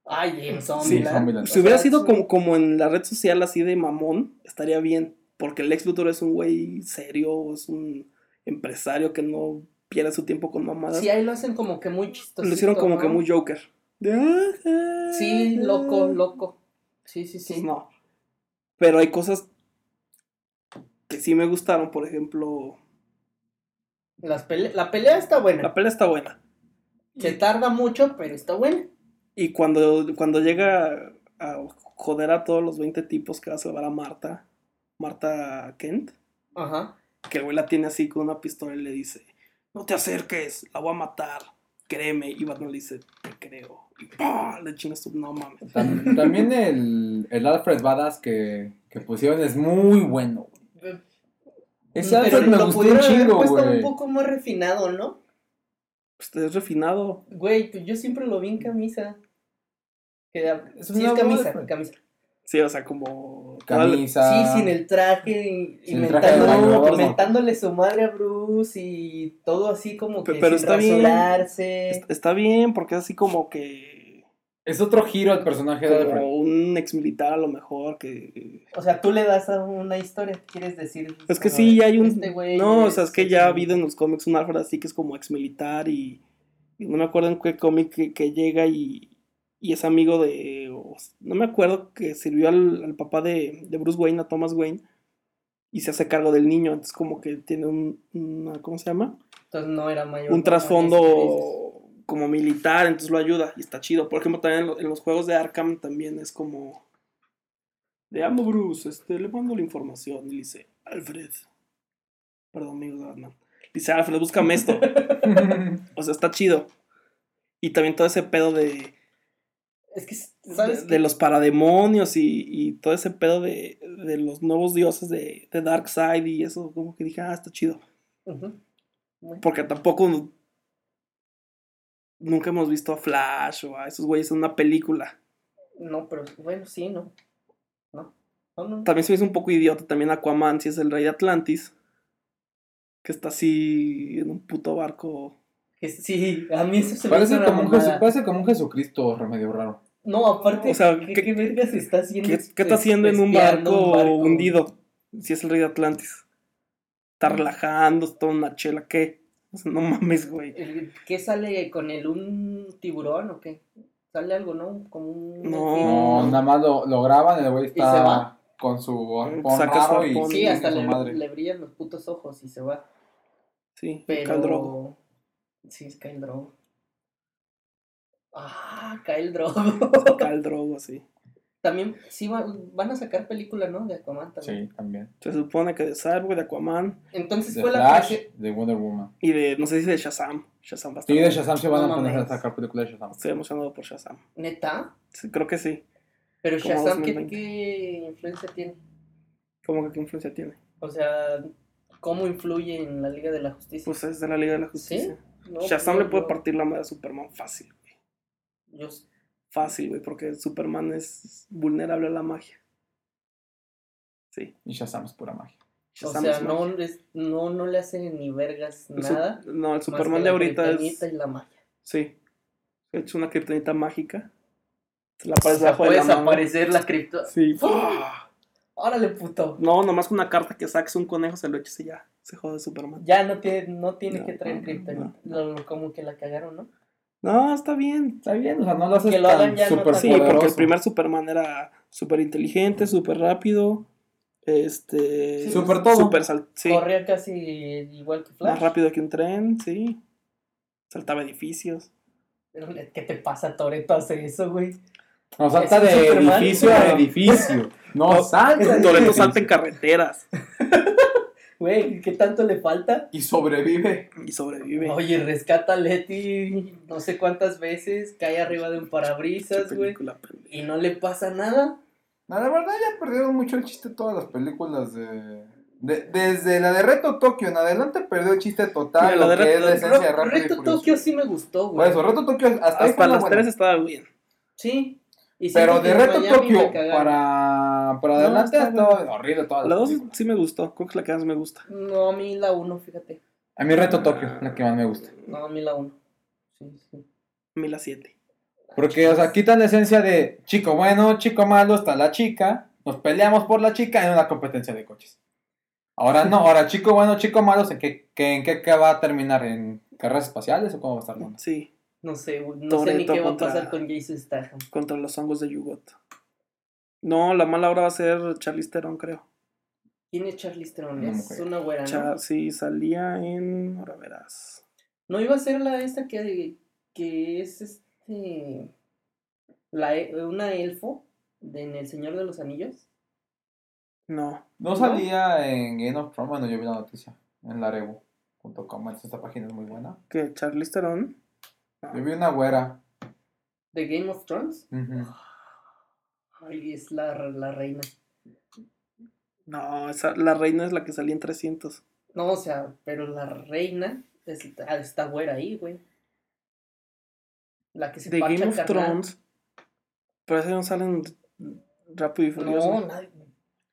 Speaker 2: Ay, en
Speaker 1: Sí,
Speaker 2: Zombieland.
Speaker 1: Zombieland.
Speaker 3: Si hubiera
Speaker 2: O sea,
Speaker 3: sido
Speaker 2: sí.
Speaker 3: como, como en la red social así de mamón, estaría bien. Porque Lex Luthor es un güey serio, es un empresario que no pierde su tiempo con mamadas.
Speaker 2: Sí, ahí lo hacen como que muy chistoso.
Speaker 3: Lo hicieron como que muy Joker. De, "Ajá".
Speaker 2: Sí, loco, loco. Sí, sí,
Speaker 3: Pues
Speaker 2: sí.
Speaker 3: no. Pero hay cosas que sí me gustaron. Por ejemplo,
Speaker 2: Las pele- la pelea está
Speaker 3: la
Speaker 2: buena.
Speaker 3: pelea está buena.
Speaker 2: Se tarda mucho, pero está buena.
Speaker 3: Y cuando, cuando llega a joder a todos los 20 tipos que va a salvar a Marta, Marta Kent.
Speaker 2: Ajá.
Speaker 3: que el güey la tiene así con una pistola y le dice, no te acerques, la voy a matar, créeme. Y Batman le dice, te creo. Y ¡pah! le chingas tú, no mames.
Speaker 1: Tam- También el, el Alfred Badass que, que pusieron es muy bueno. güey. Ese
Speaker 2: Pero
Speaker 1: Alfred me
Speaker 2: lo
Speaker 1: gustó un
Speaker 2: pudieron haber
Speaker 1: chingo,
Speaker 2: puesto
Speaker 1: güey.
Speaker 2: un poco más refinado, ¿no?
Speaker 3: Pues es refinado.
Speaker 2: Güey, pues yo siempre lo vi en camisa. Que da-
Speaker 1: Es
Speaker 2: sí,
Speaker 1: una
Speaker 2: es
Speaker 1: boda,
Speaker 2: camisa,
Speaker 1: pues.
Speaker 2: camisa.
Speaker 3: Sí, o sea, como...
Speaker 1: Camisa.
Speaker 2: Sí, sin el traje, y-
Speaker 1: Sin el
Speaker 2: inventándole,
Speaker 1: traje de
Speaker 3: baño,
Speaker 2: no,
Speaker 3: ¿no?
Speaker 2: inventándole su madre a Bruce y todo así como que
Speaker 3: Pe- pero
Speaker 2: sin
Speaker 3: está bien.
Speaker 2: rasurarse.
Speaker 3: Está- Está bien porque es así como que...
Speaker 1: Es otro giro el personaje de Alfred.
Speaker 3: Como un ex militar a lo mejor que...
Speaker 2: O sea, tú le das a una historia, ¿qué quieres decir?
Speaker 3: Es que
Speaker 2: Como
Speaker 3: sí,
Speaker 2: de,
Speaker 3: ya hay un...
Speaker 2: "Este güey
Speaker 3: no, o sea, es que ya ha
Speaker 2: un-
Speaker 3: habido en los cómics un Alfred así que es como ex militar y... y No me acuerdo en qué cómic que, que llega y, y es amigo de... o s- no me acuerdo que sirvió al, al papá de, de Bruce Wayne, a Thomas Wayne, y se hace cargo del niño. Entonces como que tiene un... Una, ¿Cómo se llama?
Speaker 2: Entonces no era mayor.
Speaker 3: un
Speaker 2: Entonces,
Speaker 3: trasfondo como militar, entonces lo ayuda y está chido. Por ejemplo, también en lo- en los juegos de Arkham también es como de amo Bruce, este, le mando la información y le dice, Alfred. Perdón, amigos de Batman. Dice, Alfred, búscame esto. o sea, está chido. Y también todo ese pedo de,
Speaker 2: Es que,
Speaker 3: de,
Speaker 2: ¿sabes?
Speaker 3: de los parademonios y, y todo ese pedo de, de los nuevos dioses de, de Darkseid y eso, como que dije, ah, está chido.
Speaker 2: Ujú. Muy-
Speaker 3: Porque tampoco. Nunca hemos visto a Flash o a esos güeyes en una película.
Speaker 2: No, pero bueno, sí, no. No. No, no.
Speaker 3: También se me hizo un poco idiota también Aquaman, si es el rey de Atlantis. Que está así en un puto barco.
Speaker 2: Que Sí, a mí eso se me
Speaker 1: Parece
Speaker 2: hace una
Speaker 1: como, un Jesu-
Speaker 2: mamada.
Speaker 1: parece como un Jesucristo medio raro.
Speaker 2: No, aparte,
Speaker 3: O sea,
Speaker 2: ¿qué,
Speaker 3: ¿qué-
Speaker 2: qué vergas está haciendo? este
Speaker 3: ¿Qué, qué está haciendo en un
Speaker 2: Espiando
Speaker 3: barco,
Speaker 2: un
Speaker 3: hundido? Si es el rey de Atlantis. Está relajando, está tomando una chela, ¿qué? O sea, no mames, güey.
Speaker 2: El- ¿Qué sale con el un tiburón o qué? Sale algo, ¿no? Como un
Speaker 3: No.
Speaker 1: No, nada más lo, lo graban, el güey
Speaker 2: ¿Y se va?
Speaker 1: está con su arpón
Speaker 3: Saca su
Speaker 1: raro y
Speaker 3: arpón.
Speaker 2: Sí, hasta
Speaker 1: chinga su
Speaker 2: le,
Speaker 1: madre.
Speaker 2: le brillan los putos ojos y se va.
Speaker 3: Sí,
Speaker 2: Pero.
Speaker 3: Khal Drogo.
Speaker 2: Sí, es Kyle Drogo. Ah, Kyle Drogo.
Speaker 3: Khal Drogo, sí.
Speaker 2: También, sí, va- van a sacar película, ¿no? De Aquaman también.
Speaker 1: Sí, también.
Speaker 3: Se supone que de Cyborg, de Aquaman
Speaker 2: Entonces
Speaker 1: De
Speaker 2: fue la
Speaker 1: Flash,
Speaker 2: prese-
Speaker 1: de Wonder Woman.
Speaker 3: y de, no sé si de Shazam. Shazam va a estar-
Speaker 1: Sí, de Shazam se van
Speaker 2: No
Speaker 1: a poner
Speaker 2: mames.
Speaker 1: a sacar película de Shazam.
Speaker 3: Estoy emocionado por Shazam.
Speaker 2: ¿Neta?
Speaker 3: Sí, creo que sí.
Speaker 2: Pero
Speaker 3: Como
Speaker 2: Shazam, ¿qué,
Speaker 3: 2020.
Speaker 2: ¿qué influencia tiene?
Speaker 3: ¿Cómo que qué influencia tiene?
Speaker 2: O sea, ¿cómo influye en la Liga de la Justicia?
Speaker 3: Pues es de la Liga de la Justicia.
Speaker 2: No, pues
Speaker 3: Shazam
Speaker 2: no,
Speaker 3: le puede
Speaker 2: yo-
Speaker 3: partir la madre a Superman fácil. güey.
Speaker 2: yo-
Speaker 3: Fácil, güey, porque Superman es vulnerable a la magia. Sí.
Speaker 1: Y Shazam es pura magia.
Speaker 2: o
Speaker 3: Shazam
Speaker 2: sea,
Speaker 3: es
Speaker 2: no,
Speaker 3: magia.
Speaker 2: es- no, no le hace ni vergas
Speaker 3: El su-
Speaker 2: nada.
Speaker 3: No, el
Speaker 2: más
Speaker 3: Superman de
Speaker 2: que la
Speaker 3: ahorita es.
Speaker 2: kriptonita y la magia.
Speaker 3: Sí. Es una kriptonita mágica. Se la
Speaker 2: O
Speaker 3: aparece
Speaker 2: sea,
Speaker 3: debajo
Speaker 2: puede
Speaker 3: Pues, de la mano.
Speaker 2: desaparecer la cripto.
Speaker 3: Sí.
Speaker 2: ¡Fua! Órale, puto.
Speaker 3: No, nomás con una carta que saques un conejo, se lo eches y ya. Se jode Superman.
Speaker 2: Ya no tiene, no tiene
Speaker 3: No,
Speaker 2: que traer
Speaker 3: no,
Speaker 2: cripto.
Speaker 3: no.
Speaker 2: Como que la cagaron, ¿no?
Speaker 3: No, está bien.
Speaker 1: Está bien, o sea, no lo haces
Speaker 2: Que lo hagan
Speaker 1: tan
Speaker 2: ya no
Speaker 1: super
Speaker 2: tan-
Speaker 3: Sí,
Speaker 1: poderoso.
Speaker 3: porque el primer Superman era súper inteligente, súper rápido. Este.
Speaker 2: Sí,
Speaker 1: Súper todo.
Speaker 3: súper sal- sí,
Speaker 2: Corría casi igual que Flash.
Speaker 3: más rápido que un tren, sí. Saltaba edificios.
Speaker 2: Pero, ¿Qué te pasa, Toreto? Hace eso, güey.
Speaker 1: No, salta
Speaker 2: Es un
Speaker 1: de
Speaker 2: Superman,
Speaker 1: edificio a
Speaker 2: pero-
Speaker 1: edificio. No,
Speaker 3: No,
Speaker 1: salta. de
Speaker 3: Toreto
Speaker 1: edificio.
Speaker 3: salta en carreteras
Speaker 2: Güey, ¿qué tanto le falta?
Speaker 1: Y sobrevive.
Speaker 3: y sobrevive.
Speaker 2: Oye, rescata a Leti no sé cuántas veces, cae arriba de un parabrisas,
Speaker 3: Esa
Speaker 2: güey,
Speaker 3: película, pendejo.
Speaker 2: y no le pasa nada.
Speaker 1: No, la verdad ya perdieron mucho el chiste todas las películas de... de- desde la de Reto Tokio en adelante perdió el chiste total,
Speaker 3: Mira, la
Speaker 1: lo
Speaker 3: de
Speaker 1: que
Speaker 3: Reto-
Speaker 1: es la esencia de
Speaker 2: Pero
Speaker 1: Rápido y
Speaker 2: Reto
Speaker 1: Furioso.
Speaker 2: Tokio sí me gustó,
Speaker 1: Por
Speaker 2: güey.
Speaker 1: eso, Reto Tokio hasta, ahí fue
Speaker 3: Hasta
Speaker 1: la
Speaker 3: las
Speaker 1: buena.
Speaker 3: tres estaba bien.
Speaker 2: Sí. Y
Speaker 1: Pero
Speaker 2: siento
Speaker 1: de
Speaker 2: que
Speaker 1: Reto
Speaker 2: Miami
Speaker 1: Tokio
Speaker 2: la cagaron.
Speaker 1: para, para
Speaker 3: No,
Speaker 1: adelante
Speaker 3: está
Speaker 1: ha estado horrible todas
Speaker 3: La
Speaker 1: las
Speaker 3: dos
Speaker 1: películas.
Speaker 3: sí me gustó, creo que es la que más me gusta.
Speaker 2: No, a mí la 1, fíjate.
Speaker 1: A mí Reto Tokio es la que más me gusta.
Speaker 2: No, a mí la 1. Sí, sí.
Speaker 3: A mí la siete.
Speaker 2: Ah,
Speaker 1: Porque, o sea, quitan la esencia de chico bueno, chico malo, está la chica, nos peleamos por la chica en una competencia de coches. Ahora no, ahora chico bueno, chico malo, ¿en qué, qué- en qué, qué va a terminar? ¿En carreras espaciales o cómo va a estar? No?
Speaker 3: Sí,
Speaker 2: No sé, güey, no sé ni
Speaker 3: Toretto
Speaker 2: qué va a
Speaker 3: contra-
Speaker 2: pasar con Jason Statham.
Speaker 3: contra los hongos de Yugot. No, la mala hora va a ser Charlize Theron, creo.
Speaker 2: ¿Quién es Charlize Theron?
Speaker 1: No me
Speaker 2: es
Speaker 1: acuerdo.
Speaker 2: una güera, ¿no?
Speaker 3: Cha- sí, salía en. Ahora verás.
Speaker 2: No iba a ser la esta que, que es este. La, e- una elfo de, en El Señor de los Anillos.
Speaker 3: No.
Speaker 1: No salía en Game of Thrones, bueno, yo vi la noticia, en larevo.com, esta página es muy buena.
Speaker 3: que Charlize Theron.
Speaker 1: Yo vi una güera.
Speaker 2: De Game of Thrones.
Speaker 1: ujú.
Speaker 2: Ay, es la, la reina.
Speaker 3: No, esa, la reina es la que salía en 300.
Speaker 2: No, o sea, pero la reina es- ah, está güera ahí, güey. La que se
Speaker 3: De
Speaker 2: parcha
Speaker 3: Game
Speaker 2: al
Speaker 3: of
Speaker 2: carnal.
Speaker 3: Thrones. Pero esa no salen rápido y furioso.
Speaker 2: No, nadie-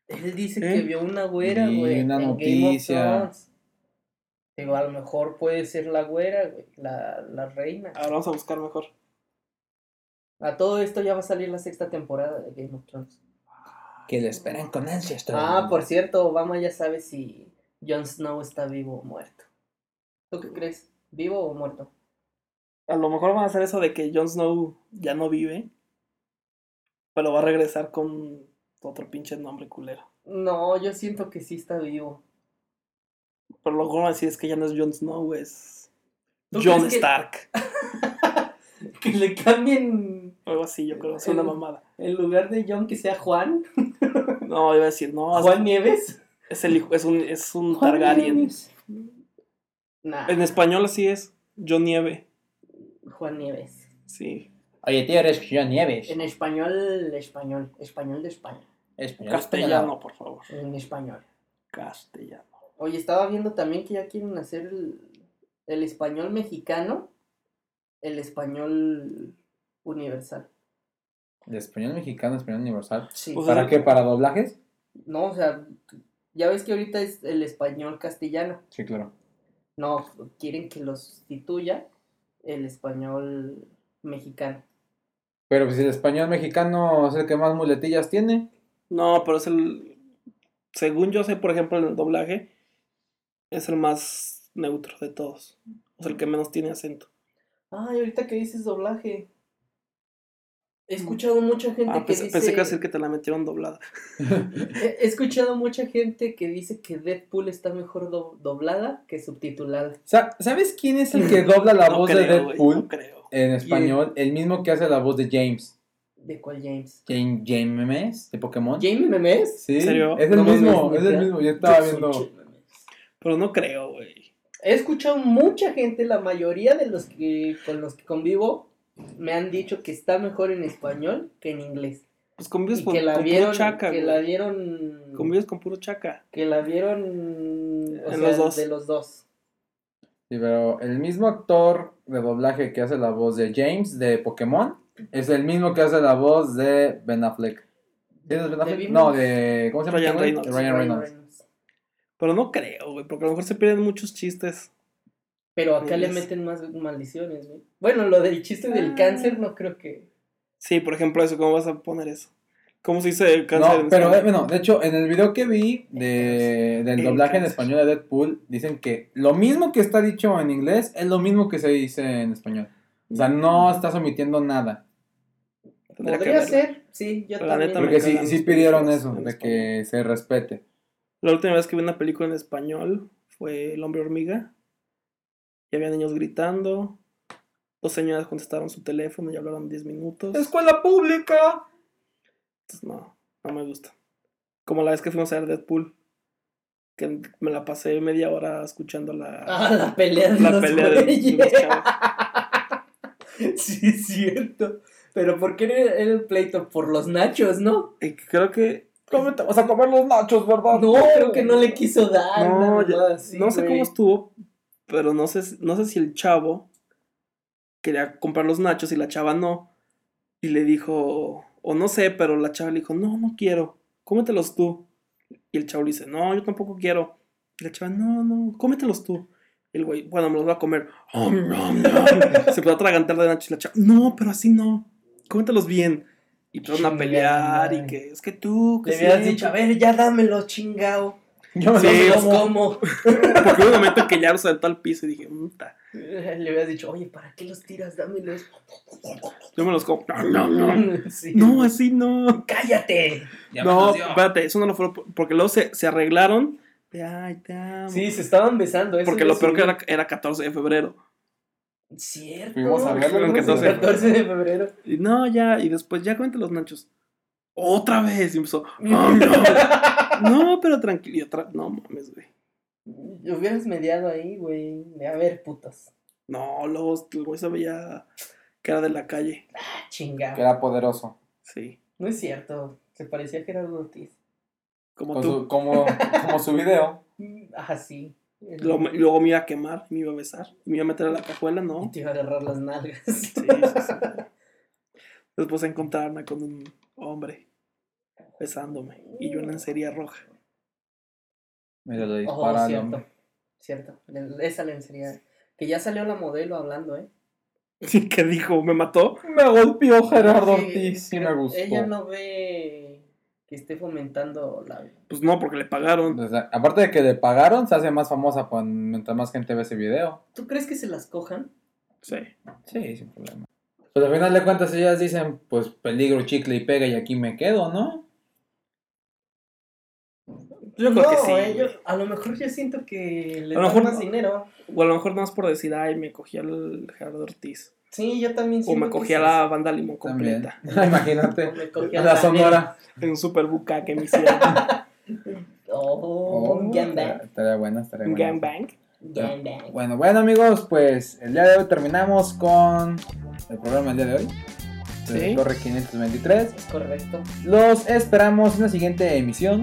Speaker 2: Él dice
Speaker 3: ¿Eh?
Speaker 2: que vio una güera,
Speaker 1: Vi
Speaker 2: güey.
Speaker 1: una
Speaker 2: en
Speaker 1: noticia.
Speaker 2: Game of Thrones. Digo, a lo mejor puede ser la güera, güey. La, la reina.
Speaker 3: Ahora vamos a buscar mejor.
Speaker 2: A todo esto ya va a salir la sexta temporada de Game of Thrones.
Speaker 1: Que lo esperan con ansias. todo el
Speaker 2: Ah,
Speaker 1: mundo.
Speaker 2: por cierto, Obama ya sabe si Jon Snow está vivo o muerto. ¿Tú qué crees? ¿Vivo o muerto?
Speaker 3: A lo mejor van a hacer eso de que Jon Snow ya no vive. Pero va a regresar con otro pinche nombre culero.
Speaker 2: No, yo siento que sí está vivo.
Speaker 3: Pero lo que van a decir es que ya no es Jon Snow, es
Speaker 2: ¿Tú
Speaker 3: Jon
Speaker 2: crees que-
Speaker 3: Stark.
Speaker 2: Que le cambien
Speaker 3: O algo así, yo creo, es una mamada.
Speaker 2: en lugar de John que sea Juan.
Speaker 3: No, iba a decir, no, es,
Speaker 2: Juan Nieves.
Speaker 3: es el hijo, es un, es un
Speaker 2: Juan
Speaker 3: Targaryen.
Speaker 2: Nieves. Nah,
Speaker 3: En español así es, Jon Nieve,
Speaker 2: Juan Nieves.
Speaker 3: sí.
Speaker 4: Oye, tío, eres John Nieves.
Speaker 2: En español, español, español de España.
Speaker 4: Español, español.
Speaker 3: Castellano, por favor.
Speaker 2: En español.
Speaker 3: Castellano.
Speaker 2: Oye, estaba viendo también que ya quieren hacer el, el español mexicano, el español universal.
Speaker 1: De español mexicano, español universal.
Speaker 2: Sí.
Speaker 3: O sea,
Speaker 1: ¿Para qué? ¿Para doblajes?
Speaker 2: No, o sea, ya ves que ahorita es el español castellano.
Speaker 1: Sí, claro.
Speaker 2: No, quieren que lo sustituya el español mexicano.
Speaker 1: Pero pues el español mexicano es el que más muletillas tiene.
Speaker 3: No, pero es el. Según yo sé, por ejemplo, el doblaje es el más neutro de todos. O sea, el que menos tiene acento.
Speaker 2: Ay, ahorita que dices doblaje. He escuchado mucha gente
Speaker 3: Mm. Ah,
Speaker 2: que
Speaker 3: pensé,
Speaker 2: dice.
Speaker 3: pensé que iba a decir que te la metieron doblada.
Speaker 2: He he escuchado mucha gente que dice que Deadpool está mejor do- doblada que subtitulada.
Speaker 1: Sa- ¿Sabes quién es el que dobla la
Speaker 3: no
Speaker 1: voz
Speaker 3: creo,
Speaker 1: de
Speaker 3: güey,
Speaker 1: Deadpool
Speaker 3: no creo.
Speaker 1: en español? El mismo que hace la voz de James.
Speaker 2: ¿De cuál James?
Speaker 1: James, James de Pokémon.
Speaker 2: ¿Jamie Memes?
Speaker 1: Sí,
Speaker 3: ¿En serio?
Speaker 1: es el
Speaker 2: No mames,
Speaker 1: mismo, es el
Speaker 2: neta.
Speaker 1: mismo. Yo estaba
Speaker 2: Yo soy
Speaker 1: viendo.
Speaker 2: Jamie Memes.
Speaker 3: Pero no creo, güey.
Speaker 2: He escuchado mucha gente, la mayoría de los que con los que convivo me han dicho que está mejor en español que en inglés.
Speaker 3: Pues convives
Speaker 2: Y
Speaker 3: con,
Speaker 2: que la
Speaker 3: con
Speaker 2: vieron,
Speaker 3: puro chaca,
Speaker 2: que
Speaker 3: güey.
Speaker 2: la vieron,
Speaker 3: Convives con puro chaca.
Speaker 2: que la vieron, o
Speaker 3: En
Speaker 2: sea,
Speaker 3: los dos.
Speaker 2: de los dos.
Speaker 1: Sí, pero el mismo actor de doblaje que hace la voz de James de Pokémon es el mismo que hace la voz de Ben Affleck. ¿Quién es Ben Affleck?
Speaker 2: Vimos-
Speaker 1: No, de. ¿Cómo se llama?
Speaker 3: Ryan
Speaker 1: este güey?
Speaker 3: Reynolds.
Speaker 1: De Ryan Reynolds.
Speaker 3: Pero no creo, güey, porque a lo mejor se pierden muchos chistes.
Speaker 2: Pero acá le
Speaker 3: Reynolds.
Speaker 2: meten más maldiciones, güey. Bueno, lo del chiste
Speaker 3: Ah.
Speaker 2: del cáncer no creo que
Speaker 3: Sí, por ejemplo, eso, ¿cómo vas a poner eso? ¿Cómo se dice el cáncer?
Speaker 1: No,
Speaker 3: en
Speaker 1: pero eh,
Speaker 3: español?
Speaker 1: bueno, de hecho, en el video que vi de, del
Speaker 3: El
Speaker 1: doblaje en
Speaker 3: cáncer.
Speaker 1: español de Deadpool, dicen que lo mismo que está dicho en inglés es lo mismo que se dice en español. O sea, no estás omitiendo nada.
Speaker 3: Tendría que
Speaker 2: podría
Speaker 3: verlo.
Speaker 2: ser, sí, yo
Speaker 3: Pero la
Speaker 2: también.
Speaker 3: neta me
Speaker 1: Porque sí,
Speaker 3: cagan
Speaker 1: sí
Speaker 3: los
Speaker 1: pidieron
Speaker 3: películas
Speaker 1: eso,
Speaker 3: en
Speaker 1: de
Speaker 3: español.
Speaker 1: que se respete.
Speaker 3: La última vez que vi una película en español fue El hombre hormiga. Y había niños gritando. Dos señoras contestaron su teléfono y hablaron 10 minutos.
Speaker 1: ¡Escuela pública!
Speaker 3: Entonces, no, no me gusta. Como la vez que fuimos a ver Deadpool. Que me la pasé media hora escuchando la,
Speaker 2: Ah, la pelea de
Speaker 3: la
Speaker 2: los
Speaker 3: pelea de, de
Speaker 2: güeyes.
Speaker 3: los chavos.
Speaker 2: Sí, es cierto. Pero ¿por qué era era el pleito? Por los nachos, ¿no?
Speaker 3: Y creo que.
Speaker 1: ¿Cómo te vas a comer los nachos, verdad?
Speaker 2: No, creo que no le quiso dar.
Speaker 3: No,
Speaker 2: una
Speaker 3: ya-
Speaker 2: mamada así,
Speaker 3: no sé
Speaker 2: güey.
Speaker 3: cómo estuvo, pero no sé, si- no sé si el chavo quería comprar los nachos y la chava no. Y le dijo, o no sé, pero la chava le dijo, no, no quiero, cómetelos tú. Y el chavo le dice, no, yo tampoco quiero. Y la chava, no, no, cómetelos tú. Y el güey, bueno, me los voy a comer. Om, nom, nom. Se pudo atragantar de nachos y la chava, no, pero así no, cómetelos bien. Y empezaron a
Speaker 2: Chingada
Speaker 3: pelear y
Speaker 2: madre.
Speaker 3: que es que tú, que
Speaker 2: Le hubieras
Speaker 3: siempre".
Speaker 2: dicho, a ver, ya dámelo, chingao.
Speaker 1: Yo
Speaker 3: Sí,
Speaker 2: no me
Speaker 1: me
Speaker 2: los
Speaker 1: lo como.
Speaker 2: como.
Speaker 3: Porque hubo un momento que ya los aventó al piso y dije, "Mm, puta.
Speaker 2: Le hubieras dicho, oye, ¿para qué los tiras? Dámelos.
Speaker 3: Yo me los como. No, no, no.
Speaker 2: Sí.
Speaker 3: No, así no.
Speaker 2: cállate.
Speaker 3: No, espérate, eso no lo fue porque luego se, se arreglaron. De, Ay, te amo.
Speaker 2: Sí, se estaban besando. eso
Speaker 3: porque
Speaker 2: yo
Speaker 3: lo peor
Speaker 2: sí
Speaker 3: que
Speaker 2: vi.
Speaker 3: era, era 14 de febrero.
Speaker 2: Cierto.
Speaker 1: Fuimos a verlo
Speaker 3: Creo que
Speaker 1: ¿no?
Speaker 3: entonces-
Speaker 2: 14 de febrero.
Speaker 3: Y no, ya, y después ya cuente los nachos. Otra vez, y empezó. "Ah, no. No, pero tranquilo. y otra- No mames, güey.
Speaker 2: Lo hubieras mediado ahí, güey. De, A ver, putos.
Speaker 3: No, los, el güey se veía que era de la calle.
Speaker 2: Ah, chingao.
Speaker 1: Que era poderoso.
Speaker 3: Sí,
Speaker 2: No es cierto. Se parecía a Gerardo Ortiz.
Speaker 3: como
Speaker 1: Con
Speaker 3: tú.
Speaker 1: su- como, como su video.
Speaker 2: Ah, sí.
Speaker 3: Lo- y luego me iba a quemar, me iba a besar, me iba a meter a la cajuela,
Speaker 2: Y
Speaker 3: no.
Speaker 2: te iba a agarrar las nalgas.
Speaker 3: Sí, sí, sí. Después de encontrarme con un hombre besándome y yo en lencería roja.
Speaker 1: Mira, le
Speaker 2: Oh,
Speaker 1: dispara al
Speaker 2: cierto.
Speaker 1: hombre.
Speaker 2: Cierto. Le- Esa lencería. Que ya salió la modelo hablando, ¿eh?
Speaker 3: Sí, que dijo, me mató.
Speaker 1: Me golpeó Gerardo
Speaker 2: Ah, Sí,
Speaker 1: Ortiz. Sí,
Speaker 2: creo-
Speaker 1: me gustó.
Speaker 2: Ella no ve que esté fomentando la.
Speaker 3: Pues no, porque le pagaron.
Speaker 1: O sea, aparte de que le pagaron, se hace más famosa cuando, mientras más gente ve ese video.
Speaker 2: ¿Tú crees que se las cojan?
Speaker 3: Sí.
Speaker 1: Sí, sin problema. Pero Pues al final de cuentas ellas dicen, pues peligro, chicle y pega y aquí me quedo, ¿no?
Speaker 3: Yo creo
Speaker 2: no,
Speaker 3: que sí.
Speaker 2: eh, yo-
Speaker 3: güey.
Speaker 2: a lo mejor yo siento que le
Speaker 3: A lo
Speaker 2: dan
Speaker 3: mejor
Speaker 2: más
Speaker 3: no.
Speaker 2: dinero.
Speaker 3: O a lo mejor más por decir, ay, me cogí al Gerardo Ortiz.
Speaker 2: Sí, yo también
Speaker 3: O
Speaker 2: siento
Speaker 3: me
Speaker 2: que
Speaker 3: cogí
Speaker 2: sí. pues
Speaker 3: a la banda Limón
Speaker 1: También.
Speaker 3: completa.
Speaker 2: O
Speaker 1: Imagínate.
Speaker 2: me cogí
Speaker 1: A la Sonora.
Speaker 3: En un super buca que me hicieron.
Speaker 2: Oh, un gangbang.
Speaker 1: Estaría buena, estaría
Speaker 3: un
Speaker 1: buena.
Speaker 3: gangbang.
Speaker 2: Gangbang.
Speaker 1: Bueno, bueno amigos, pues el día de hoy terminamos con el programa del día de hoy. Se
Speaker 3: Sí.
Speaker 1: Corre 523.
Speaker 2: Es correcto.
Speaker 1: Los esperamos en la siguiente emisión.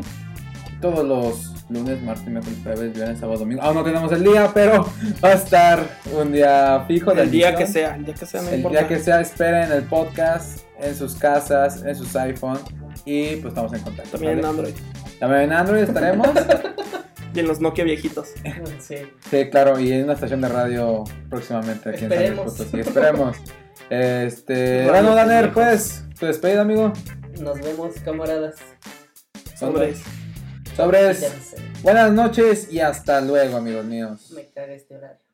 Speaker 1: Todos los lunes, martes, miércoles, jueves, viernes, sábado, domingo. Aún no tenemos el día, pero va a estar un día fijo. de
Speaker 3: El día que
Speaker 1: emisión.
Speaker 3: sea, el día que sea, no
Speaker 1: El
Speaker 3: importa.
Speaker 1: día que sea, esperen el podcast en sus casas, en sus iPhone. Y pues estamos en contacto.
Speaker 3: También en
Speaker 1: ¿vale?
Speaker 3: Android.
Speaker 1: También en Android estaremos.
Speaker 3: Y en los Nokia viejitos.
Speaker 2: Sí.
Speaker 1: Sí, claro, y en una estación de radio próximamente aquí
Speaker 2: Esperemos.
Speaker 1: en San Luis Potosí. Esperemos. Este.
Speaker 3: Radio
Speaker 1: Bueno, Daner,
Speaker 3: Pendejos.
Speaker 1: pues, tu despedida, amigo.
Speaker 2: Nos vemos, camaradas.
Speaker 3: Sobres.
Speaker 1: Sobres.
Speaker 3: Pues,
Speaker 2: Cuídense.
Speaker 1: Buenas noches y hasta luego, amigos míos.
Speaker 2: Me caga este horario.